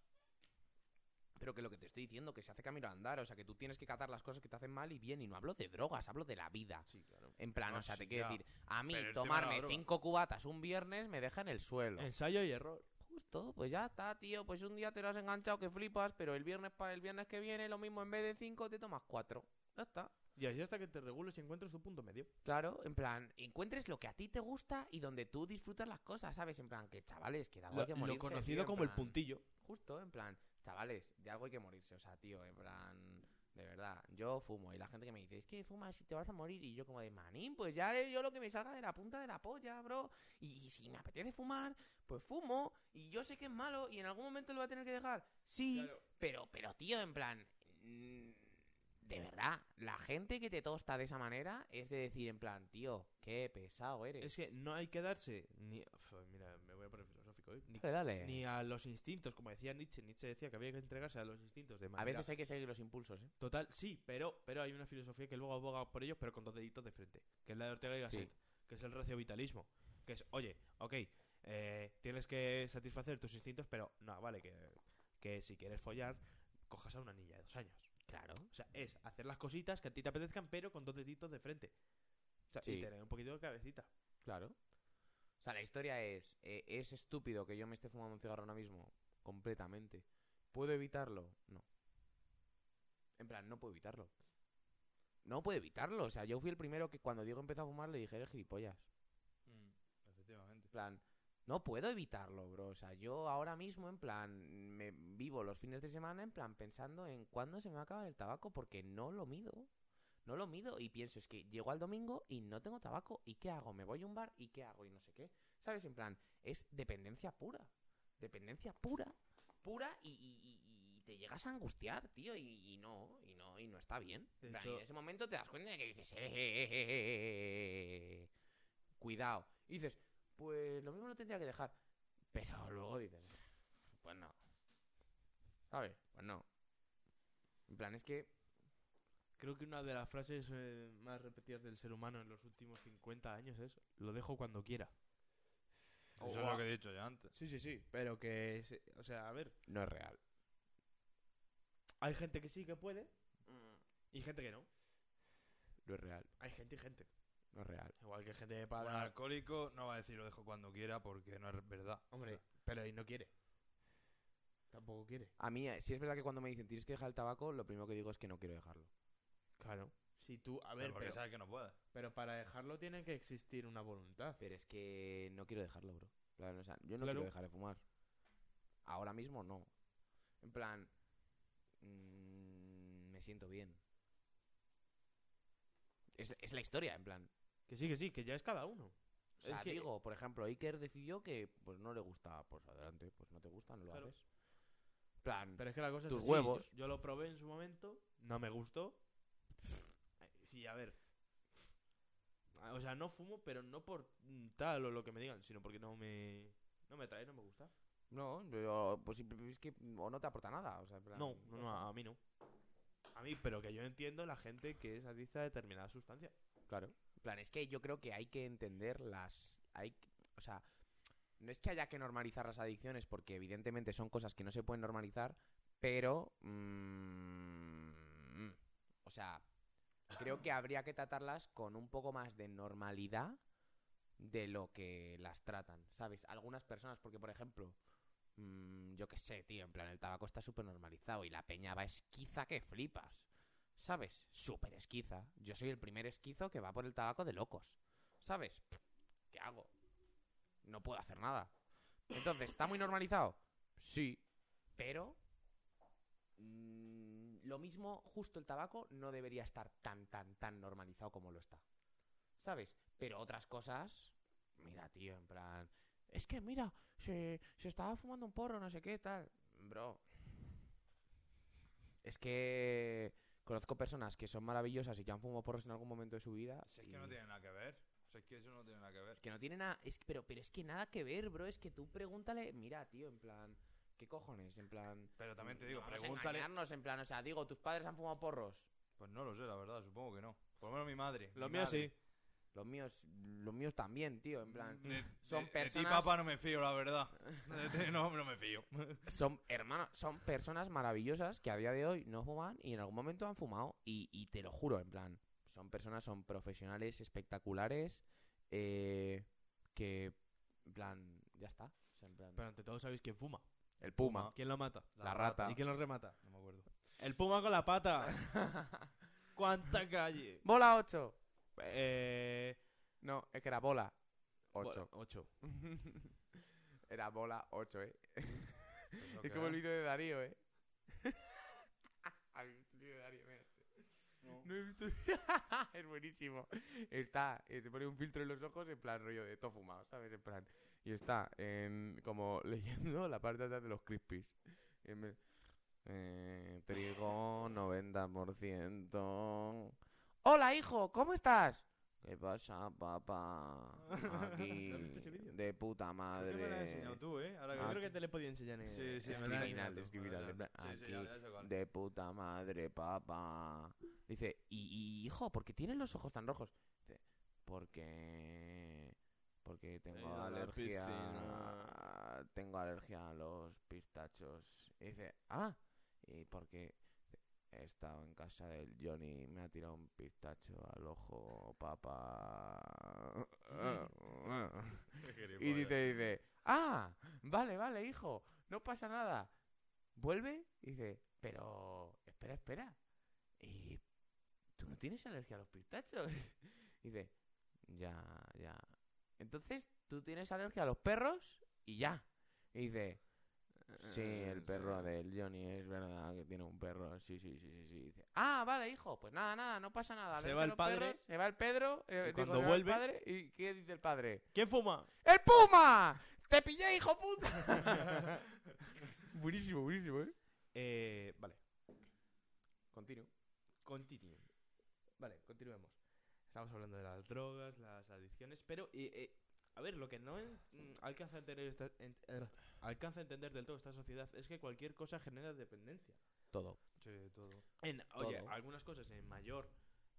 pero que lo que te estoy diciendo que se hace camino al andar o sea que tú tienes que catar las cosas que te hacen mal y bien y no hablo de drogas hablo de la vida
Sí, claro.
en plan
No,
o sea
sí,
te quiero
ya.
decir a mí
Pero el tema de la
tomarme
droga.
cinco cubatas un viernes me deja en el suelo
Ensayo y error.
Justo, pues ya está, tío. Pues un día te lo has enganchado que flipas, pero el viernes para el viernes que viene, lo mismo, en vez de cinco, te tomas cuatro. Ya está.
Y así hasta que te regules y encuentres tu punto medio.
Claro, en plan, encuentres lo que a ti te gusta y donde tú disfrutas las cosas, ¿sabes? En plan, que chavales, que de algo
Lo,
Ah, hay que
lo
morirse.
conocido
tío, en
como el
plan,
puntillo.
Justo, en plan, chavales, de algo hay que morirse. O sea, tío, en plan, de verdad, yo fumo y la gente que me dice, es que fumas y te vas a morir. Y yo, como de manín, pues ya haré yo lo que me salga de la punta de la polla, bro. Y, y si me apetece fumar, pues fumo. Y yo sé que es malo y en algún momento lo voy a tener que dejar. Sí, pero, pero, tío, en plan. mm, De verdad, la gente que te tosta de esa manera es de decir, en plan, tío, qué pesado eres.
Es que no hay que darse ni. Uf, mira, me voy a poner filosófico hoy. Ni,
Dale, dale.
ni a los instintos, como decía Nietzsche. Nietzsche decía que había que entregarse a los instintos de
A
manera.
veces hay que seguir los impulsos, ¿eh?
Total, sí, pero, pero hay una filosofía que luego aboga por ellos, pero con dos deditos de frente. Que es la de Ortega y Gasset. Que es el raciovitalismo. Que es, oye, ok, eh, tienes que satisfacer tus instintos, pero no, vale, que, que si quieres follar, cojas a una niña de dos años.
Claro.
O sea, es hacer las cositas que a ti te apetezcan, pero con dos deditos de frente. O sea,
Sí.
y tener un poquito de cabecita.
Claro. O sea, la historia es, eh, ¿es estúpido que yo me esté fumando un cigarro ahora mismo? Completamente. ¿Puedo evitarlo? No. En plan, no puedo evitarlo. No puedo evitarlo. O sea, yo fui el primero que cuando Diego empezó a fumar le dije, eres gilipollas.
Mm.
Efectivamente.
En plan, no puedo evitarlo, bro. O sea, yo ahora mismo, en plan, me vivo los fines de semana, en plan, pensando en cuándo se me va a acabar el tabaco, porque no lo mido. No lo mido y pienso, es que llego al domingo y no tengo tabaco, ¿y qué hago? ¿Me voy a un bar? ¿Y qué hago? Y no sé qué. ¿Sabes? En plan, es dependencia pura. Dependencia pura, pura y, y- y- y te llegas a angustiar, tío, y, y no, y no, y no está bien.
De
En plan, y
hecho-
en ese momento te das cuenta de que dices, "Eh, eh, eh, eh, eh, eh, eh". cuidado. Y dices, pues lo mismo lo tendría que dejar. Pero luego dices, pues no. ¿Sabes? Pues no. En plan, es que.
Creo que una de las frases eh, más repetidas del ser humano en los últimos 50 años es: Lo dejo cuando quiera.
Eso es lo que he dicho ya antes.
Sí, sí, sí. Pero que. se- O sea, a ver.
No es real.
Hay gente que sí que puede y gente que no.
No es real.
Hay gente y gente.
No es real.
Igual que gente
Un
para.
alcohólico no va a decir lo dejo cuando quiera porque no es verdad.
Hombre, pero y no quiere. Tampoco quiere.
A mí, eh, sí es verdad que cuando me dicen tienes que dejar el tabaco, lo primero que digo es que no quiero dejarlo.
Claro. Si tú. A
A
ver,
porque
pero,
sabes que no puede.
pero para dejarlo tiene que existir una voluntad.
Pero es que no quiero dejarlo, bro. Claro, o sea, yo no
Claro.
quiero dejar de fumar. Ahora mismo no. En plan, mm, me siento bien. Es, es la historia, en plan.
Que sí, que sí, que ya es cada uno.
O sea,
Es que-
digo, por ejemplo, Iker decidió que pues no le gusta, pues adelante, pues no te gusta, no lo
Claro.
haces. En plan,
Pero es que la cosa
Tus
es así.
huevos.
Yo, yo lo probé en su momento, no me gustó. Sí, a ver. O sea, no fumo, pero no por mm, tal o lo que me digan, sino porque no me no me atrae, no me gusta.
no, yo- pues simple- es que o no te aporta nada, o sea, en plan,
No,
ya
no,
está.
no, a mí no. A mí, pero que yo entiendo la gente que es adicta a determinada sustancia.
Claro. En plan, es que yo creo que hay que entender las. Hay, que- o sea, no es que haya que normalizar las adicciones, porque evidentemente son cosas que no se pueden normalizar, pero. mm, o sea, creo que habría que tratarlas con un poco más de normalidad de lo que las tratan, ¿sabes? Algunas personas, porque por ejemplo. mm, yo qué sé, tío, en plan, el tabaco está súper normalizado y la peña va esquiza que flipas. ¿sabes? Súper esquiza. Yo soy el primer esquizo que va por el tabaco de locos, ¿sabes? ¿Qué hago? No puedo hacer nada. Entonces, ¿está muy normalizado? Sí, pero... mm, lo mismo, justo el tabaco no debería estar tan, tan, tan normalizado como lo está. ¿Sabes? Pero otras cosas... Mira, tío, en plan... Es que, mira, se, se estaba fumando un porro, no sé qué, tal. Bro. Es que... Conozco personas que son maravillosas y que han fumado porros en algún momento de su vida.
Si es que no
y-
tiene nada que ver. Si es que eso no tiene nada que ver.
Es que no tiene nada. Es, que- pero, pero es que nada que ver, bro. Es que tú pregúntale. Mira, tío, en plan. ¿Qué cojones? En plan.
Pero también te digo,
no vamos a
pregúntale.
engañarnos, en plan. O sea, digo, tus padres han fumado porros.
Pues no lo sé, la verdad, supongo que no. Por lo menos mi madre.
Lo
mi
mío
madre.
sí.
Los míos, los míos también, tío. En plan.
De-
Son
de- De
personas-
ti, papá, no me fío, la verdad. De ti no, no me fío.
Son, hermano, son personas maravillosas que a día de hoy no fuman y en algún momento han fumado. Y, y te lo juro, en plan, son personas, son profesionales espectaculares eh, que, en plan, ya está. O sea, en plan,
Pero ante todo sabéis quién fuma.
el puma,
¿Quién lo mata?
La rata.
¿Y quién lo remata?
No me acuerdo.
El puma con la pata. ¿Cuánta calle?
Bola 8. Eh, No, es que era bola 8.
8.
Era bola 8, eh. Es como el vídeo de Darío, eh. ¿Habéis visto el vídeo de Darío? Mira, No he visto. es buenísimo. Está, eh, te pone un filtro en los ojos en plan rollo de todo fumado, ¿sabes? En plan. Y está en, como leyendo la parte de atrás de los crispies. En vez- eh, trigo 90%. Hola, hijo, ¿cómo estás? ¿Qué pasa, papá? Aquí,
¿No has visto ese vídeo?
de puta
Creo que me lo has
madre.
enseñado tú, ¿eh? Ahora
Ah, eh,
Yo
que...
creo que te le podía enseñar. en-
Sí, sí,
es
me lo has
criminal,
enseñado tú, me lo
es
has
criminal,
enseñado.
en plan,
Sí, sí, ya,
aquí,
ya sé cuál.
De puta madre, papá. Dice, y, y, hijo, ¿por qué tienes los ojos tan rojos? Dice, porque... Porque tengo
ido a la
alergia...
piscina".
Tengo alergia a los pistachos. Y dice, ah, y porque he estado en casa del Johnny y me ha tirado un pistacho al ojo, papá. Y dice, dice, ah, vale, vale, hijo, no pasa nada. Vuelve y dice, pero, espera, espera. ¿Y tú no tienes alergia a los pistachos? Y dice, ya, ya. Entonces, tú tienes alergia a los perros y ya. Y dice, sí,
Eh,
el perro
sí.
del Johnny es verdad que tiene un perro. Sí, sí, sí, sí, sí. Y Dice, ah, vale, hijo, pues nada, nada, no pasa nada.
Se
alergia
va
a
el
los
padre.
perros, se va el Pedro. eh,
Y
digo,
cuando
se va el
vuelve-
padre, ¿Y qué dice el padre?
¿Quién fuma?
¡El Puma! ¡Te pillé, hijo puta! buenísimo, buenísimo, ¿eh?
Eh, vale.
Continuo.
Continue. Vale, continuemos. Estamos hablando de las drogas, las adicciones, pero... eh, eh, a ver, lo que no en- mm, alcanza, a entender esta- en- er, alcanza a entender del todo esta sociedad es que cualquier cosa genera dependencia.
Todo.
Sí, todo.
En, oye,
Todo.
algunas cosas en mayor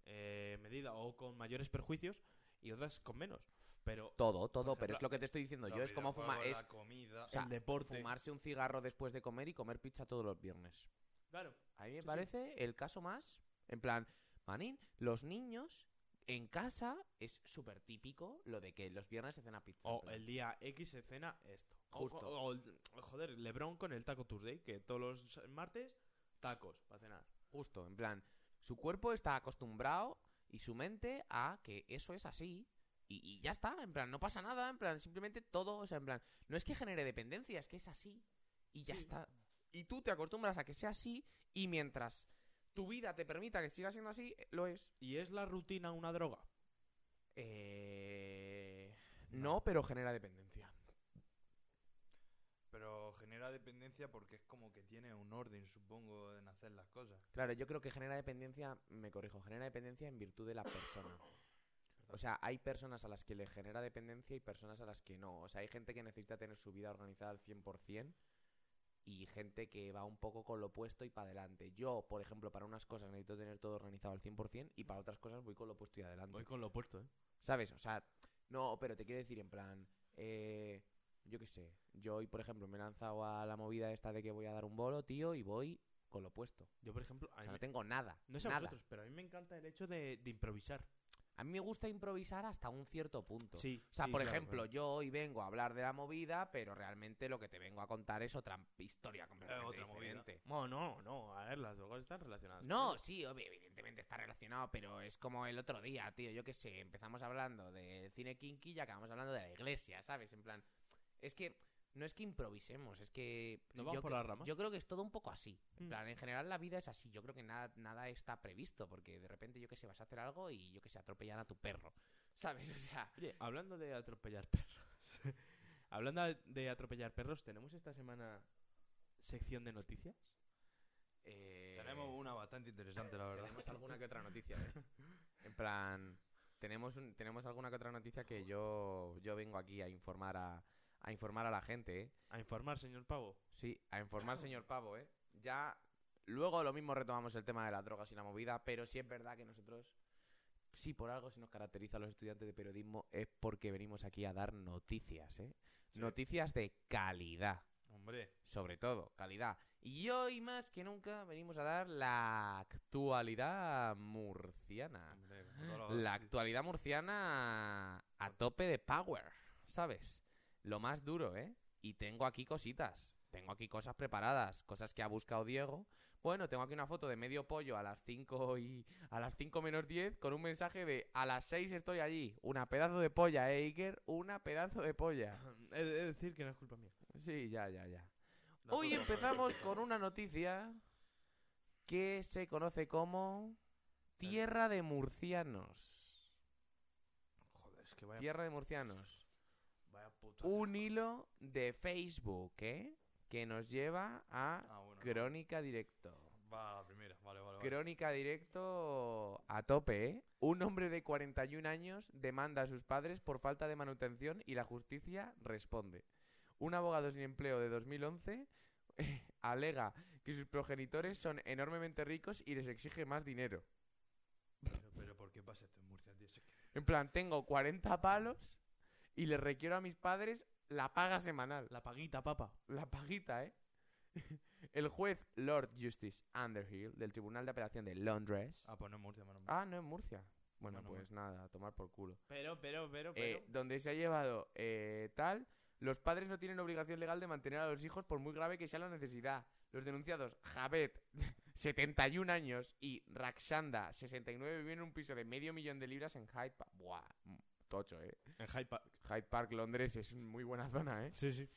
eh, medida o con mayores perjuicios y otras con menos. Pero
Todo, todo,
ejemplo,
pero es lo que te estoy diciendo yo,
Los
es como fumar,
videojuegos,
es
La comida...
o sea,
el deporte...
fumarse un cigarro después de comer y comer pizza todos los viernes.
Claro.
A mí
Sí,
me
sí.
parece el caso más, en plan, manín, los niños en casa es súper típico lo de que los viernes se cena pizza. en
O
plan,
el día X se cena esto. O-
Justo.
O, o el- joder, Lebron con el Taco Tuesday, que todos los martes, tacos para cenar.
Justo, en plan, su cuerpo está acostumbrado y su mente a que eso es así. Y, y ya está, en plan, no pasa nada, en plan, simplemente todo, o sea, en plan, no es que genere dependencia, es que es así. Y ya está. Y tú te acostumbras a que sea así y mientras tu vida te permita que siga siendo así, eh, lo es.
¿Y es la rutina una droga?
Eh, No, pero genera dependencia.
Pero genera dependencia porque es como que tiene un orden, supongo, en hacer las cosas.
Claro, yo creo que genera dependencia, me corrijo, genera dependencia en virtud de la persona. O sea, hay personas a las que le genera dependencia y personas a las que no. O sea, hay gente que necesita tener su vida organizada al 100% y gente que va un poco con lo opuesto y para adelante. Yo, por ejemplo, para unas cosas necesito tener todo organizado al 100% y para otras cosas voy con lo opuesto y adelante.
Voy con lo opuesto, ¿eh?
¿Sabes? O sea, no, pero te quiero decir en plan, eh, yo qué sé, yo hoy, por ejemplo, me he lanzado a la movida esta de que voy a dar un bolo, tío, y voy con lo opuesto.
Yo, por ejemplo, a
O
mí
sea, no
me-
tengo nada.
no sé a
nada.
vosotros, pero a mí me encanta el hecho de, de improvisar.
A mí me gusta improvisar hasta un cierto punto.
Sí.
O sea, por ejemplo, yo hoy vengo a hablar de la movida, pero realmente lo que te vengo a contar es otra historia completamente
otra movida.
diferente.
No, no, no. A ver, las drogas están relacionadas.
No, sí, obvi- evidentemente está relacionado, pero es como el otro día, tío. Yo qué sé, empezamos hablando del cine kinky y acabamos hablando de la iglesia, ¿sabes? En plan, es que no es que improvisemos, es que.
¿Nos vamos
yo
por
cre-
las ramas?
Yo creo que es todo un poco así. En
Mm.
plan, en general la vida es así. Yo creo que nada, nada está previsto, porque de repente, yo qué sé, vas a hacer algo y yo qué sé, atropellan a tu perro, ¿sabes? O sea.
Oye, hablando de atropellar perros. hablando de atropellar perros, tenemos esta semana sección de noticias.
eh,
Tenemos una bastante interesante, la verdad.
Tenemos alguna que otra noticia. ¿eh? En plan, tenemos un- tenemos alguna que otra noticia que yo yo vengo aquí a informar a, a informar a la gente, ¿eh?
A informar, señor Pavo.
Sí, a informar señor Pavo, ¿eh? Ya luego lo mismo retomamos el tema de las drogas y la movida, pero sí es verdad que nosotros sí por algo se nos caracteriza a los estudiantes de periodismo es porque venimos aquí a dar noticias, ¿eh?
Sí.
Noticias de calidad
Hombre,
sobre todo, calidad. Y hoy más que nunca venimos a dar la actualidad murciana.
hombre, como todos los-
Ah. La actualidad murciana a tope de power, ¿sabes? Lo más duro, ¿eh? Y tengo aquí cositas. tengo aquí cosas preparadas, cosas que ha buscado Diego. Bueno, tengo aquí una foto de medio pollo a las 5 y a las 5 menos 10 con un mensaje de a las 6 estoy allí. Una pedazo de polla, eh, Iker, una pedazo de polla.
He de decir que no es culpa mía.
Sí, ya, ya, ya. Hoy empezamos con una noticia que se conoce como Tierra de Murcianos.
Joder, es que vaya,
Tierra de Murcianos.
vaya puta.
un hilo de Facebook, ¿eh? Que nos lleva a
Ah, bueno, no.
Crónica Directo.
Va a la primera, vale, vale. vale.
Crónica Directo a tope, ¿eh? Un hombre de 41 años demanda a sus padres por falta de manutención y la justicia responde. Un abogado sin empleo de 2011 alega que sus progenitores son enormemente ricos y les exige más dinero.
Pero, pero ¿por qué pasa esto en Murcia, tío? Si es que-
En plan, tengo 40 palos y les requiero a mis padres la paga semanal.
La paguita, papa.
La paguita, ¿eh? El juez Lord Justice Underhill del Tribunal de Apelación de Londres.
Ah, pues no en Murcia, mano.
Ah, no, en Murcia. Bueno,
Bueno,
pues nada, a tomar por culo.
Pero, pero, pero,
Eh, donde se ha llevado eh, tal, los padres no tienen obligación legal de mantener a los hijos por muy grave que sea la necesidad. Los denunciados Javed, 71 años, y Rakshanda, 69, viven en un piso de medio millón de libras en Hyde Park. Buah, tocho, ¿eh?
En Hyde Park.
Hyde Park, Londres, es muy buena zona, ¿eh?
Sí, sí.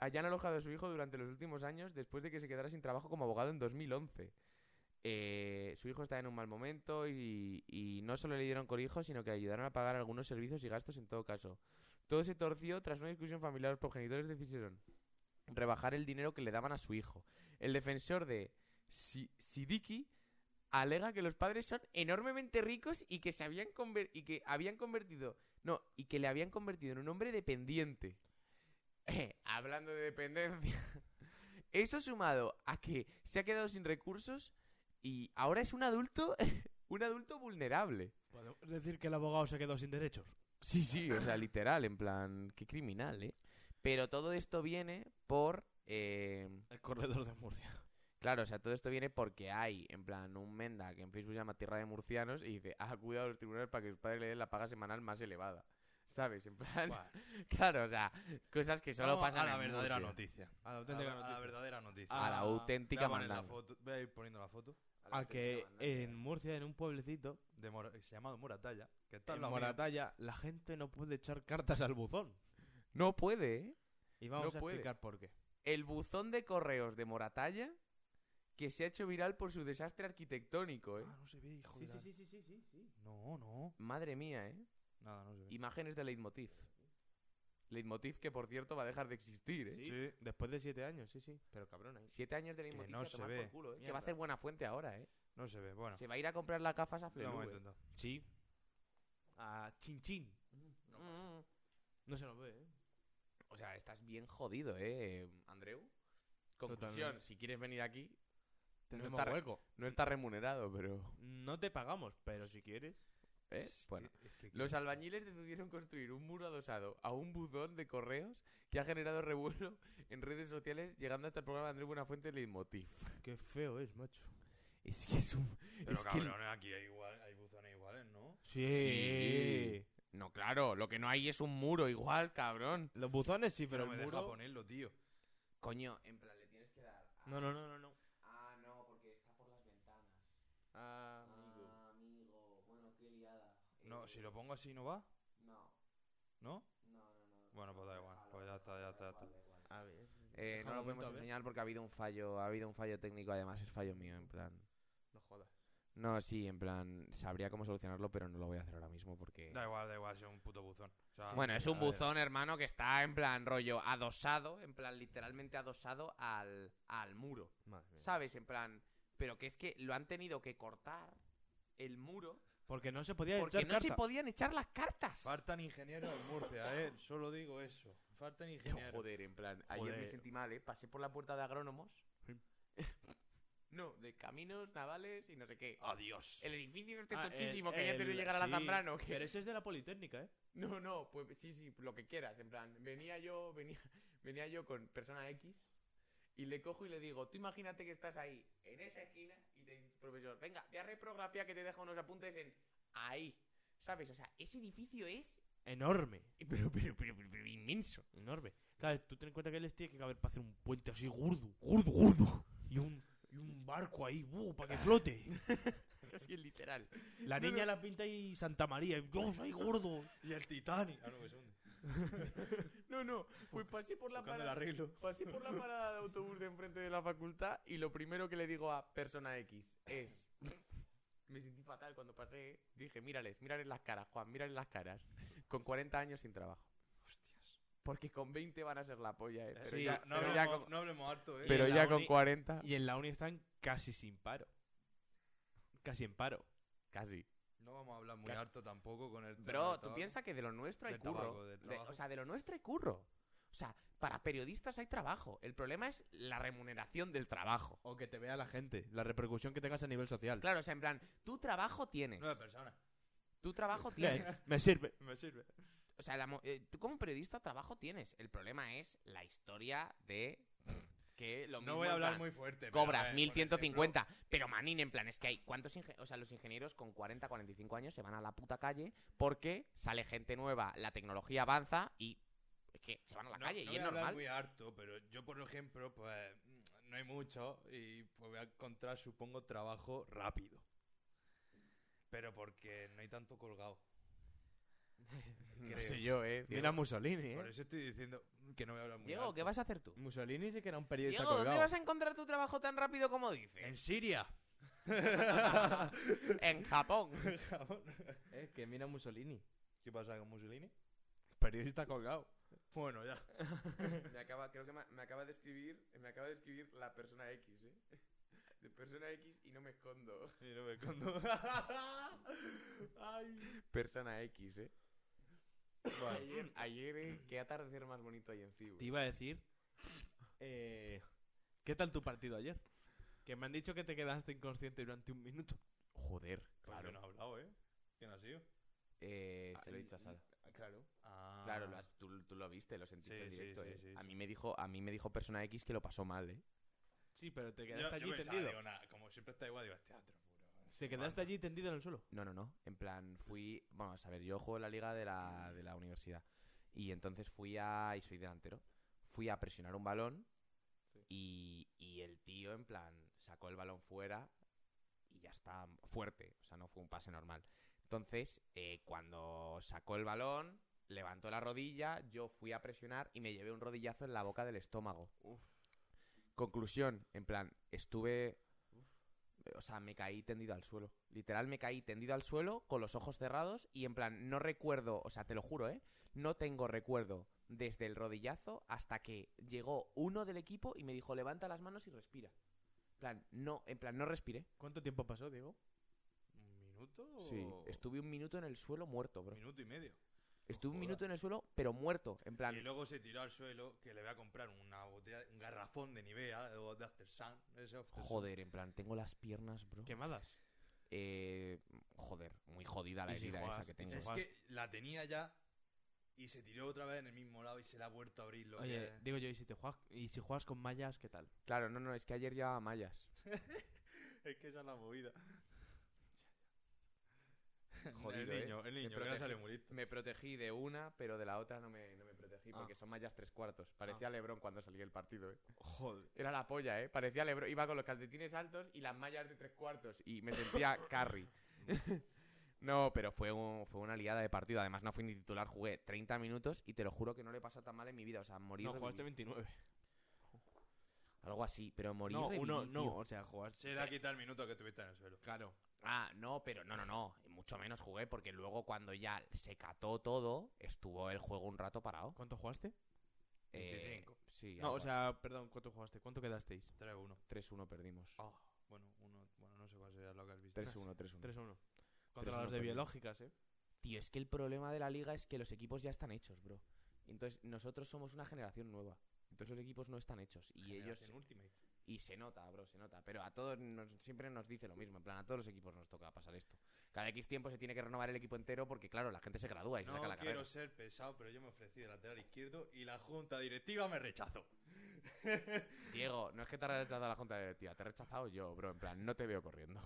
hayan alojado a su hijo durante los últimos años después de que se quedara sin trabajo como abogado en 2011. Eh, su hijo está en un mal momento y, y no solo le dieron cobijo, sino que le ayudaron a pagar algunos servicios y gastos en todo caso. Todo se torció tras una discusión familiar. Los progenitores decidieron rebajar el dinero que le daban a su hijo. El defensor de Si- Sidiki alega que los padres son enormemente ricos y que se habían conver- y que habían convertido no y que le habían convertido en un hombre dependiente. Eh, hablando de dependencia. Eso sumado a que se ha quedado sin recursos y ahora es un adulto, un adulto vulnerable.
Podemos decir que el abogado se quedó sin derechos.
Sí, sí, o sea, literal, en plan, qué criminal, ¿eh? Pero todo esto viene por... eh,
El corredor de Murcia.
claro, o sea, todo esto viene porque hay, en plan, un menda que en Facebook se llama Tierra de Murcianos y dice, ha cuidado a los tribunales para que sus padres le den la paga semanal más elevada. ¿Sabes? En plan,
Bueno,
claro, o sea, cosas que solo
vamos
pasan
a la
en
verdadera
Murcia.
noticia.
A la
A la,
auténtica
a la
noticia.
verdadera noticia.
A la
Ah,
Voy a
auténtica
poner la
mandanga.
foto- voy a ir poniendo la foto.
A que en Murcia, en un pueblecito,
De Mora- se llama Moratalla. Que está al
en
lado mío.
Moratalla, la gente no puede echar cartas al buzón.
No puede, ¿eh?
Y vamos
No
a
puede.
explicar por qué.
el buzón de correos de Moratalla que se ha hecho viral por su desastre arquitectónico, ¿eh?
Ah, no se ve, hijo de la-
sí, sí, sí, sí.
No, no.
Madre mía, ¿eh?
Nada, no se ve.
Imágenes de Leitmotiv. Leitmotiv que, por cierto, va a dejar de existir, ¿eh?
Sí.
Después de siete años, sí, sí. Pero cabrón, ahí.
Siete años de Leitmotiv
no
a
se
tomar
ve.
por culo, ¿eh? Que va
Mierda.
a hacer buena fuente ahora, ¿eh?
No se ve. Bueno,
Se va a ir a comprar las gafas a
lo
Flelu,
hemos
¿eh?
intentado.
Sí. A Chin Chin.
Mm.
No se nos ve, ¿eh?
O sea, estás bien jodido, ¿eh, Andreu? Conclusión,
Totalmente.
si quieres venir aquí,
Tenemos
está re-
hueco.
no estás remunerado, pero...
No te pagamos, pero si quieres.
¿Eh?
Es
Bueno.
que- es que-
Los albañiles decidieron construir un muro adosado a un buzón de correos que ha generado revuelo en redes sociales, llegando hasta el programa de Andrés Buenafuente Leitmotiv.
Qué feo es, macho.
Es que es un...
Pero
es que el-
cabrón, aquí hay, igual, hay buzones iguales, ¿no?
Sí.
Sí. No, claro, lo que no hay es un muro igual, cabrón.
Los buzones sí, pero
no
el
me deja
muro...
ponerlo, tío.
Coño, en plan, le tienes que dar... a-
No, no, no, no, no.
Ah, no, porque está por las ventanas. Ah, amigo. Bueno, qué liada.
No,
Eh,
si lo pongo así no va,
No,
¿no?
no, no, no.
Bueno, pues da igual. Pues ya está, ya está, ya está.
A ver.
Eh, no
Déjalo
lo
un
podemos
momento, a ver.
enseñar porque ha habido un fallo, ha habido un fallo técnico, además es fallo mío, en plan...
No jodas.
No, sí, en plan, sabría cómo solucionarlo, pero no lo voy a hacer ahora mismo porque...
Da igual, da igual, es un puto buzón. O sea,
Bueno, es un
a ver.
buzón, hermano, que está en plan rollo adosado, en plan literalmente adosado al, al muro,
Madre mía.
¿sabes? En plan, pero que es que lo han tenido que cortar el muro
Porque no se podía
porque
echar
no se
carta.
podían echar las cartas.
Faltan ingenieros en Murcia, eh. Solo digo eso. Faltan
Pero,
ingenieros.
joder, en plan, ayer me
Joder.
sentí mal, ¿eh? Pasé por la puerta de agrónomos.
Sí.
no, de caminos, navales y no sé qué.
Adiós.
El edificio este
Ah,
tochísimo
el-
que ya te
el-
llegar a la
sí.
Zambrano. que-
Pero ese es de la Politécnica, ¿eh?
No, no, pues sí, sí, lo que quieras. En plan, venía yo, venía, venía yo con persona X y le cojo y le digo, tú imagínate que estás ahí, en esa esquina, y te dice, profesor, venga, ve a reprografía que te deja unos apuntes en ahí. ¿Sabes? O sea, ese edificio es
enorme.
Pero, pero, pero, pero, pero inmenso.
Enorme. Claro, tú ten en cuenta que les tiene que caber para hacer un puente así gordo, gordo, gordo. Y un, y un barco ahí, buh, para
Ah.
que flote.
Casi literal.
La niña la pinta y Santa María. y Dios, ahí gordo.
Y el Titanic. Ah, no, que se hunde.
No, no. Pues pasé por la
Buscando el arreglo.
Pasé por la parada de autobús de enfrente de la facultad y lo primero que le digo a persona X es... Me sentí fatal cuando pasé. Dije, mírales, mírales las caras, Juan, mírales las caras. Con 40 años sin trabajo.
Hostias.
Porque con 20 van a ser la polla, eh. Pero
Sí,
ya,
no,
pero ya
hablemos,
con,
no hablemos harto, eh.
y
pero
en la
ya con
uni-
40...
Y en la uni están casi sin paro. Casi en paro.
Casi.
No vamos a hablar muy
Casi.
harto tampoco con el tema
Bro,
del
tú
tabaco.
piensas que de lo nuestro hay
Del
curro.
tabaco, del
De-
trabajo.
o sea, de lo nuestro hay curro. O sea, para periodistas hay trabajo. El problema es la remuneración del trabajo.
O que te vea la gente, la repercusión que tengas a nivel social.
Claro, o sea, en plan, tu trabajo tienes.
Nueve personas.
Tu trabajo tienes.
Me sirve.
Me sirve.
O sea, la mo- eh, tú como periodista trabajo tienes. El problema es la historia de que lo mismo.
No voy a
en
hablar
plan,
muy fuerte. pero, a
Cobras
ver, por
1150, pero manín, en plan, es que hay. ¿Cuántos inge- O sea, los ingenieros con 40, 45 años se van a la puta calle porque sale gente nueva, la tecnología avanza y. Es que se van a la
ejemplo,
calle
no
y es
voy a hablar
normal.
muy harto, pero yo, por ejemplo, pues mm, no hay mucho y pues voy a encontrar, supongo, trabajo rápido. Pero porque no hay tanto colgado.
No
creo.
sé yo, eh.
Mira
Diego.
Mussolini,
Por
¿eh?
eso estoy diciendo que no voy a hablar muy
Diego,
harto.
¿qué vas a hacer tú?
Mussolini sí que era un periodista
Diego, ¿dónde
colgado.
vas a encontrar tu trabajo tan rápido como
En
dices?
Siria.
en Japón.
Eh, que mira Mussolini.
¿Qué pasa con Mussolini?
Periodista colgado.
Bueno, ya.
Me acaba, creo que me, me acaba de escribir, me acaba de escribir la persona X, ¿eh? De persona X y no me escondo.
Y no me escondo. Ay. pues
Persona X, ¿eh?
Vale.
Ayer, ayer eh, qué atardecer más bonito ahí en Cibu.
Te iba a decir. eh, ¿Qué tal tu partido ayer? Que me han dicho que te quedaste inconsciente durante un minuto.
Joder,
Claro. no has hablado, ¿eh? ¿Quién ha sido?
Eh, se lo he
Ay,
dicho a Sara.
Claro. Ah.
Claro, lo has- tú, tú lo viste, lo sentiste
Sí,
en
sí,
directo,
sí,
¿eh?
sí,
a
sí.
mí me dijo, a mí me dijo persona X que lo pasó mal, ¿eh?
Sí, pero te
Yo, yo
quedaste allí
pensaba,
tendido.
digo, nada, como siempre está igual, digo, es teatro. puro.
Te
Sí,
quedaste
manda.
allí tendido en el suelo.
No, no, no. En plan, fui. Vamos a ver, yo juego en la liga de la, de la universidad. Y entonces fui a. Y soy delantero. Fui a presionar un balón. Y, y el tío, en plan, sacó el balón fuera. Y ya está fuerte. O sea, no fue un pase normal. Entonces, eh, cuando sacó el balón, levantó la rodilla. Yo fui a presionar y me llevé un rodillazo en la boca del estómago. Conclusión, en plan, estuve o sea, me caí tendido al suelo. Literal, me caí tendido al suelo con los ojos cerrados y en plan, no recuerdo, o sea, te lo juro, ¿eh? No tengo recuerdo desde el rodillazo hasta que llegó uno del equipo y me dijo, levanta las manos y respira. En plan, no, en plan, no respiré.
¿Cuánto tiempo pasó, Diego?
¿Un minuto?
Sí,
o-
Oh. estuve un minuto en el suelo muerto, bro.
Minuto y medio.
Estuve un
jodas.
minuto en el suelo, pero muerto. En plan,
Y luego se tiró al suelo que le voy a comprar una botella, un garrafón de Nivea o de After Sun. ese After Sun.
joder, en plan, tengo las piernas, bro.
Quemadas.
Eh, joder, muy jodida la
Y si
herida
juegas-
esa que
y si
tengo.
Es que la tenía ya y se tiró otra vez en el mismo lado y se la ha vuelto a abrir. Lo
Oye,
que-
digo yo, ¿y si, te juegas, ¿y si juegas con mallas, qué tal?
Claro, no, no, es que ayer llevaba mallas.
Es que esa es la movida.
Jodido,
el
¿eh?
niño, el
Me
niño, que
protege.
no salió muy listo.
Me protegí de una, pero de la otra no me, no me protegí
Ah.
porque son mallas tres cuartos. Parecía Lebron cuando salió el partido, ¿eh?
Joder.
Era la polla, ¿eh? Parecía Lebron. Iba con los calcetines altos y las mallas de tres cuartos y me sentía carry. no, pero fue, un- fue una liada de partido. Además, no fui ni titular, jugué 30 minutos y te lo juro que no le he pasado tan mal en mi vida. O sea, morí.
No,
reviví.
jugaste 29.
Algo así, pero morí.
No,
reviví,
uno, no,
tío.
o sea, jugaste.
Se le ha quitado el minuto que estuviste en el suelo.
Claro.
Ah, no, pero no, no, no. Mucho menos jugué porque luego cuando ya se cató todo, estuvo el juego un rato parado.
¿Cuánto jugaste?
Eh,
25.
sí,
No,
algo
o
así.
sea, perdón, ¿cuánto jugaste? ¿Cuánto quedasteis?
3-1.
3-1 perdimos.
Bueno, uno, bueno, no sé cuál será lo que has visto.
3-1,
3-1.
3-1. Tres,
Contra
uno,
los de
perdimos.
biológicas, ¿eh?
Tío, es que el problema de la liga es que los equipos ya están hechos, bro. Entonces, nosotros somos una generación nueva. Entonces, los equipos no están hechos. Y ellos.
en Ultimate.
Y se nota, bro, se nota. Pero a todos nos- siempre nos dice lo mismo. En plan, a todos los equipos nos toca pasar esto. Cada X tiempo se tiene que renovar el equipo entero porque, claro, la gente se gradúa y se
No
saca la
quiero
carrera.
ser pesado, pero yo me ofrecí de lateral izquierdo y la junta directiva me rechazó.
Diego, no es que te ha rechazado la junta de tía, te he rechazado yo, bro. En plan, no te veo corriendo.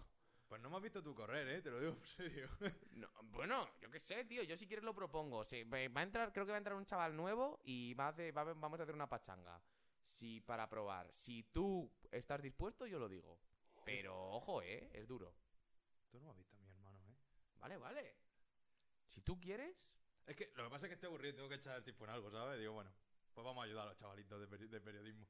Pues no me has visto tú correr, ¿eh? Te lo digo en serio.
No, bueno, yo qué qué sé, tío. Yo si quieres lo propongo. Se- ve- va a entrar, creo que va a entrar un chaval nuevo y va a hacer- va a- vamos a hacer una pachanga. Si para probar, si tú estás dispuesto, yo lo digo. Pero ojo, eh, es duro.
Tú no has visto a mi hermano, ¿eh?
Vale, vale. Si tú quieres,
Es que lo que pasa es que estoy aburrido, tengo que echar el tiempo en algo, ¿sabes? Digo, bueno, pues vamos a ayudar a los chavalitos de, peri- de periodismo.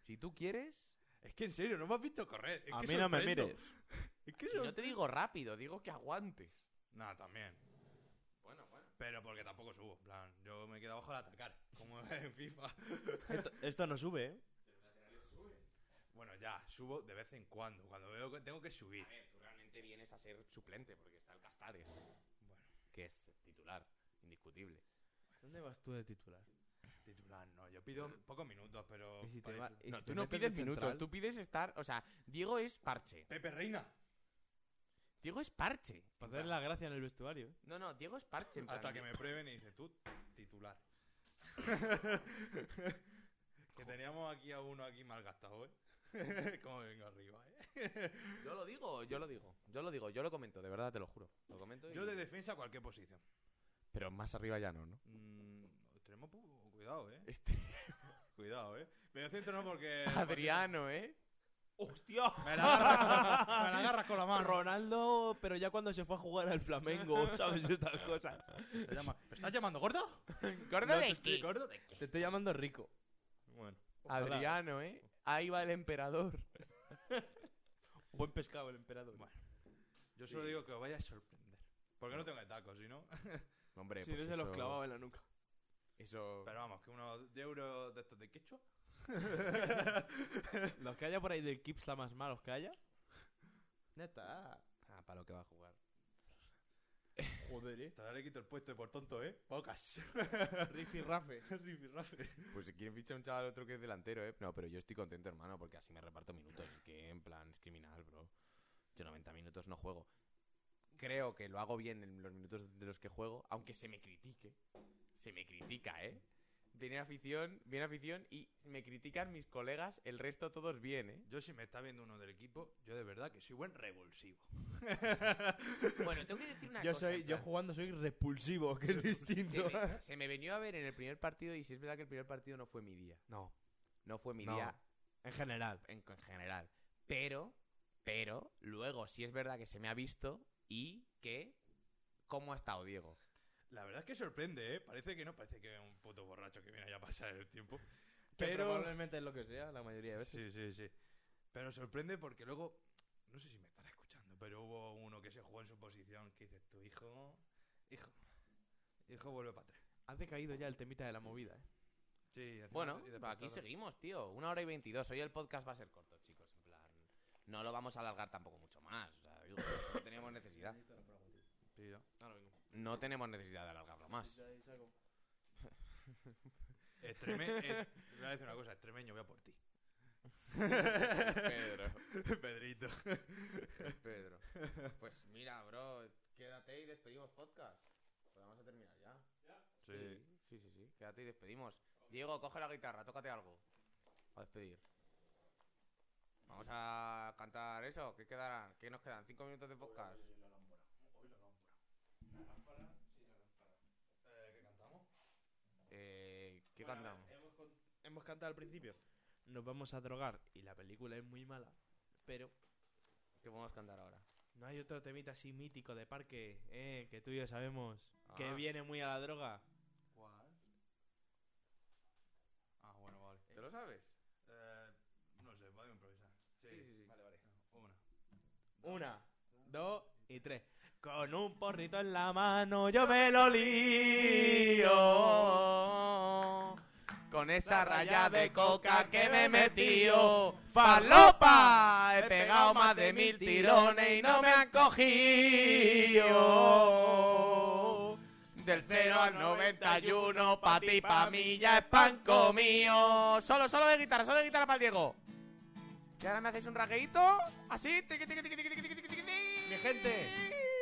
si tú quieres,
Es que en serio, no me has visto correr. Es
A
que
mí no me
sorprendo.
mires.
Es que
y no te digo rápido, digo que aguantes.
Nada, también.
Bueno, bueno.
Pero porque tampoco subo. En plan, yo me quedo abajo al atacar, como en FIFA.
Esto, esto no sube, ¿eh?
Bueno, ya, subo de vez en cuando, cuando veo que tengo que subir.
A ver, tú realmente vienes a ser suplente porque está el Castares. Que es titular, indiscutible.
¿Dónde vas tú de titular?
Titular, no, yo pido pocos minutos, pero...
¿Y si te
para
va-
disfrutar.
y
No,
si
tú
te
no
metes de
pides minutos,
central?
tú pides estar. O sea, Diego es parche.
Pepe Reina,
Diego es parche.
Para
En
Pues hacer
plan-
la gracia en el vestuario.
No, no, Diego es parche. en
hasta
plan,
que
Di-
me prueben y dicen, tú, titular. que teníamos aquí a uno aquí malgastado, ¿eh? como vengo arriba, ¿eh?
Yo lo digo, yo lo digo. Yo lo digo, yo lo comento, de verdad te lo juro. Lo comento y-
Yo de defensa cualquier posición.
Pero más arriba ya no, ¿no?
Mm, tenemos pu- cuidado, ¿eh?
Este...
Cuidado, ¿eh? Medio centro no porque...
Adriano, ¿eh?
¡Hostia!
Me la agarras, me la agarras con la mano.
Ronaldo, pero ya cuando se fue a jugar al Flamengo, ¿sabes? Estas cosas.
Te llama- ¿Me estás llamando gordo?
¿Gordo
de
de qué?
¿Gordo de qué?
Te estoy llamando rico.
Bueno.
Adriano, ¿eh? Ahí va el emperador.
Buen pescado el emperador.
Bueno, Yo solo digo que os vaya a sorprender. Porque no tengo tacos, si no.
Hombre,
si
pues
no se
eso...
los clavaba en la nuca.
Eso...
Pero vamos, que unos 10 euros de estos de quechua.
Los que haya por ahí del Kipsa más malos que haya.
Neta. Ah, para lo que va a jugar.
Joder, eh.
Te le quito el puesto y por tonto, ¿eh? Pocas.
Riffy Rafe.
Rifirrafe.
Pues si quieren fichar un chaval otro que es delantero, ¿eh? No, pero yo estoy contento, hermano, porque así me reparto minutos. Es que, en plan, es criminal, bro. Yo 90 minutos no juego. Creo que lo hago bien en los minutos de los que juego, aunque se me critique. Se me critica, ¿eh? Viene afición, viene afición y me critican mis colegas, el resto todos bien, ¿eh?
Yo, si me está viendo uno del equipo, yo de verdad que soy buen revulsivo.
Bueno, tengo que decir una
Yo
cosa.
soy,
en
yo
plan,
jugando soy repulsivo, que es distinto.
se, me, se me venió a ver en el primer partido y si es verdad que el primer partido no fue mi día.
No,
No fue mi
No.
día
en general.
en, en general. Pero, pero, luego sí es verdad que se me ha visto y que. ¿Cómo ha estado Diego?
La verdad es que sorprende, ¿eh? Parece que no, parece que es un puto borracho que viene ahí a pasar el tiempo.
Pero
Pero.
probablemente es lo que sea, la mayoría de veces.
Sí, sí, sí. Pero sorprende porque luego. No sé si me estará escuchando, pero hubo uno que se jugó en su posición que dices, tu hijo. Hijo. Hijo vuelve para atrás.
Ha decaído ya el temita de la movida, eh.
Sí, encima-
Bueno,
y de
aquí
patadas.
seguimos, tío. Una hora y veintidós. Hoy el podcast va a ser corto, chicos. En plan, no lo vamos a alargar tampoco mucho más. O sea, digo, no tenemos necesidad.
Sí, ¿no?
No tenemos necesidad de alargarlo más.
Estreme, eh, voy a decir una cosa, extremeño, voy a por ti.
Pedro,
Pedrito.
Pedro. Pues mira, bro, quédate y despedimos podcast. Pues vamos a terminar ya. Sí, sí, sí, sí. Quédate y despedimos. Diego, coge la guitarra, tócate algo. A despedir. Vamos a cantar eso. ¿Qué quedarán? ¿Qué nos quedan? ¿Cinco minutos de podcast?
¿Qué cantamos?
Eh, ¿Qué cantamos?
Hemos, con- hemos cantado al principio. Nos vamos a drogar y la película es muy mala, pero
¿Qué podemos cantar ahora?
no hay otro temita así mítico de parque, eh, que tú y yo sabemos, que
Ah.
viene muy a la droga.
¿Cuál? Ah, bueno, vale.
¿Te lo sabes?
Eh, no sé, voy a improvisar. Sí,
Vale, vale.
Una.
Una, dos y tres. Con un porrito en la mano yo me lo lío.
Con
esa
esa
raya
raya
de
de
coca
coca
que
que
me he
me
metido.
metió.
¡Falopa!
¡Falopa!
He
He
pegado
pegado
más
más
de
de
mil
mil
tirones
tirones
y
y
no
no
me
me
han
han
cogido.
cogido.
Del
Del
0
0
al
al
91,
91,
pa'
pa'
ti,
ti,
pa'
pa'
mí,
mí, ya es pan mío. Solo, solo de guitarra, solo de guitarra para el Diego. Y ahora me hacéis un ragueito, así. tiqui, tiqui, tiqui, tiqui, tiqui, tiqui, tiqui, tiqui.
Mi gente,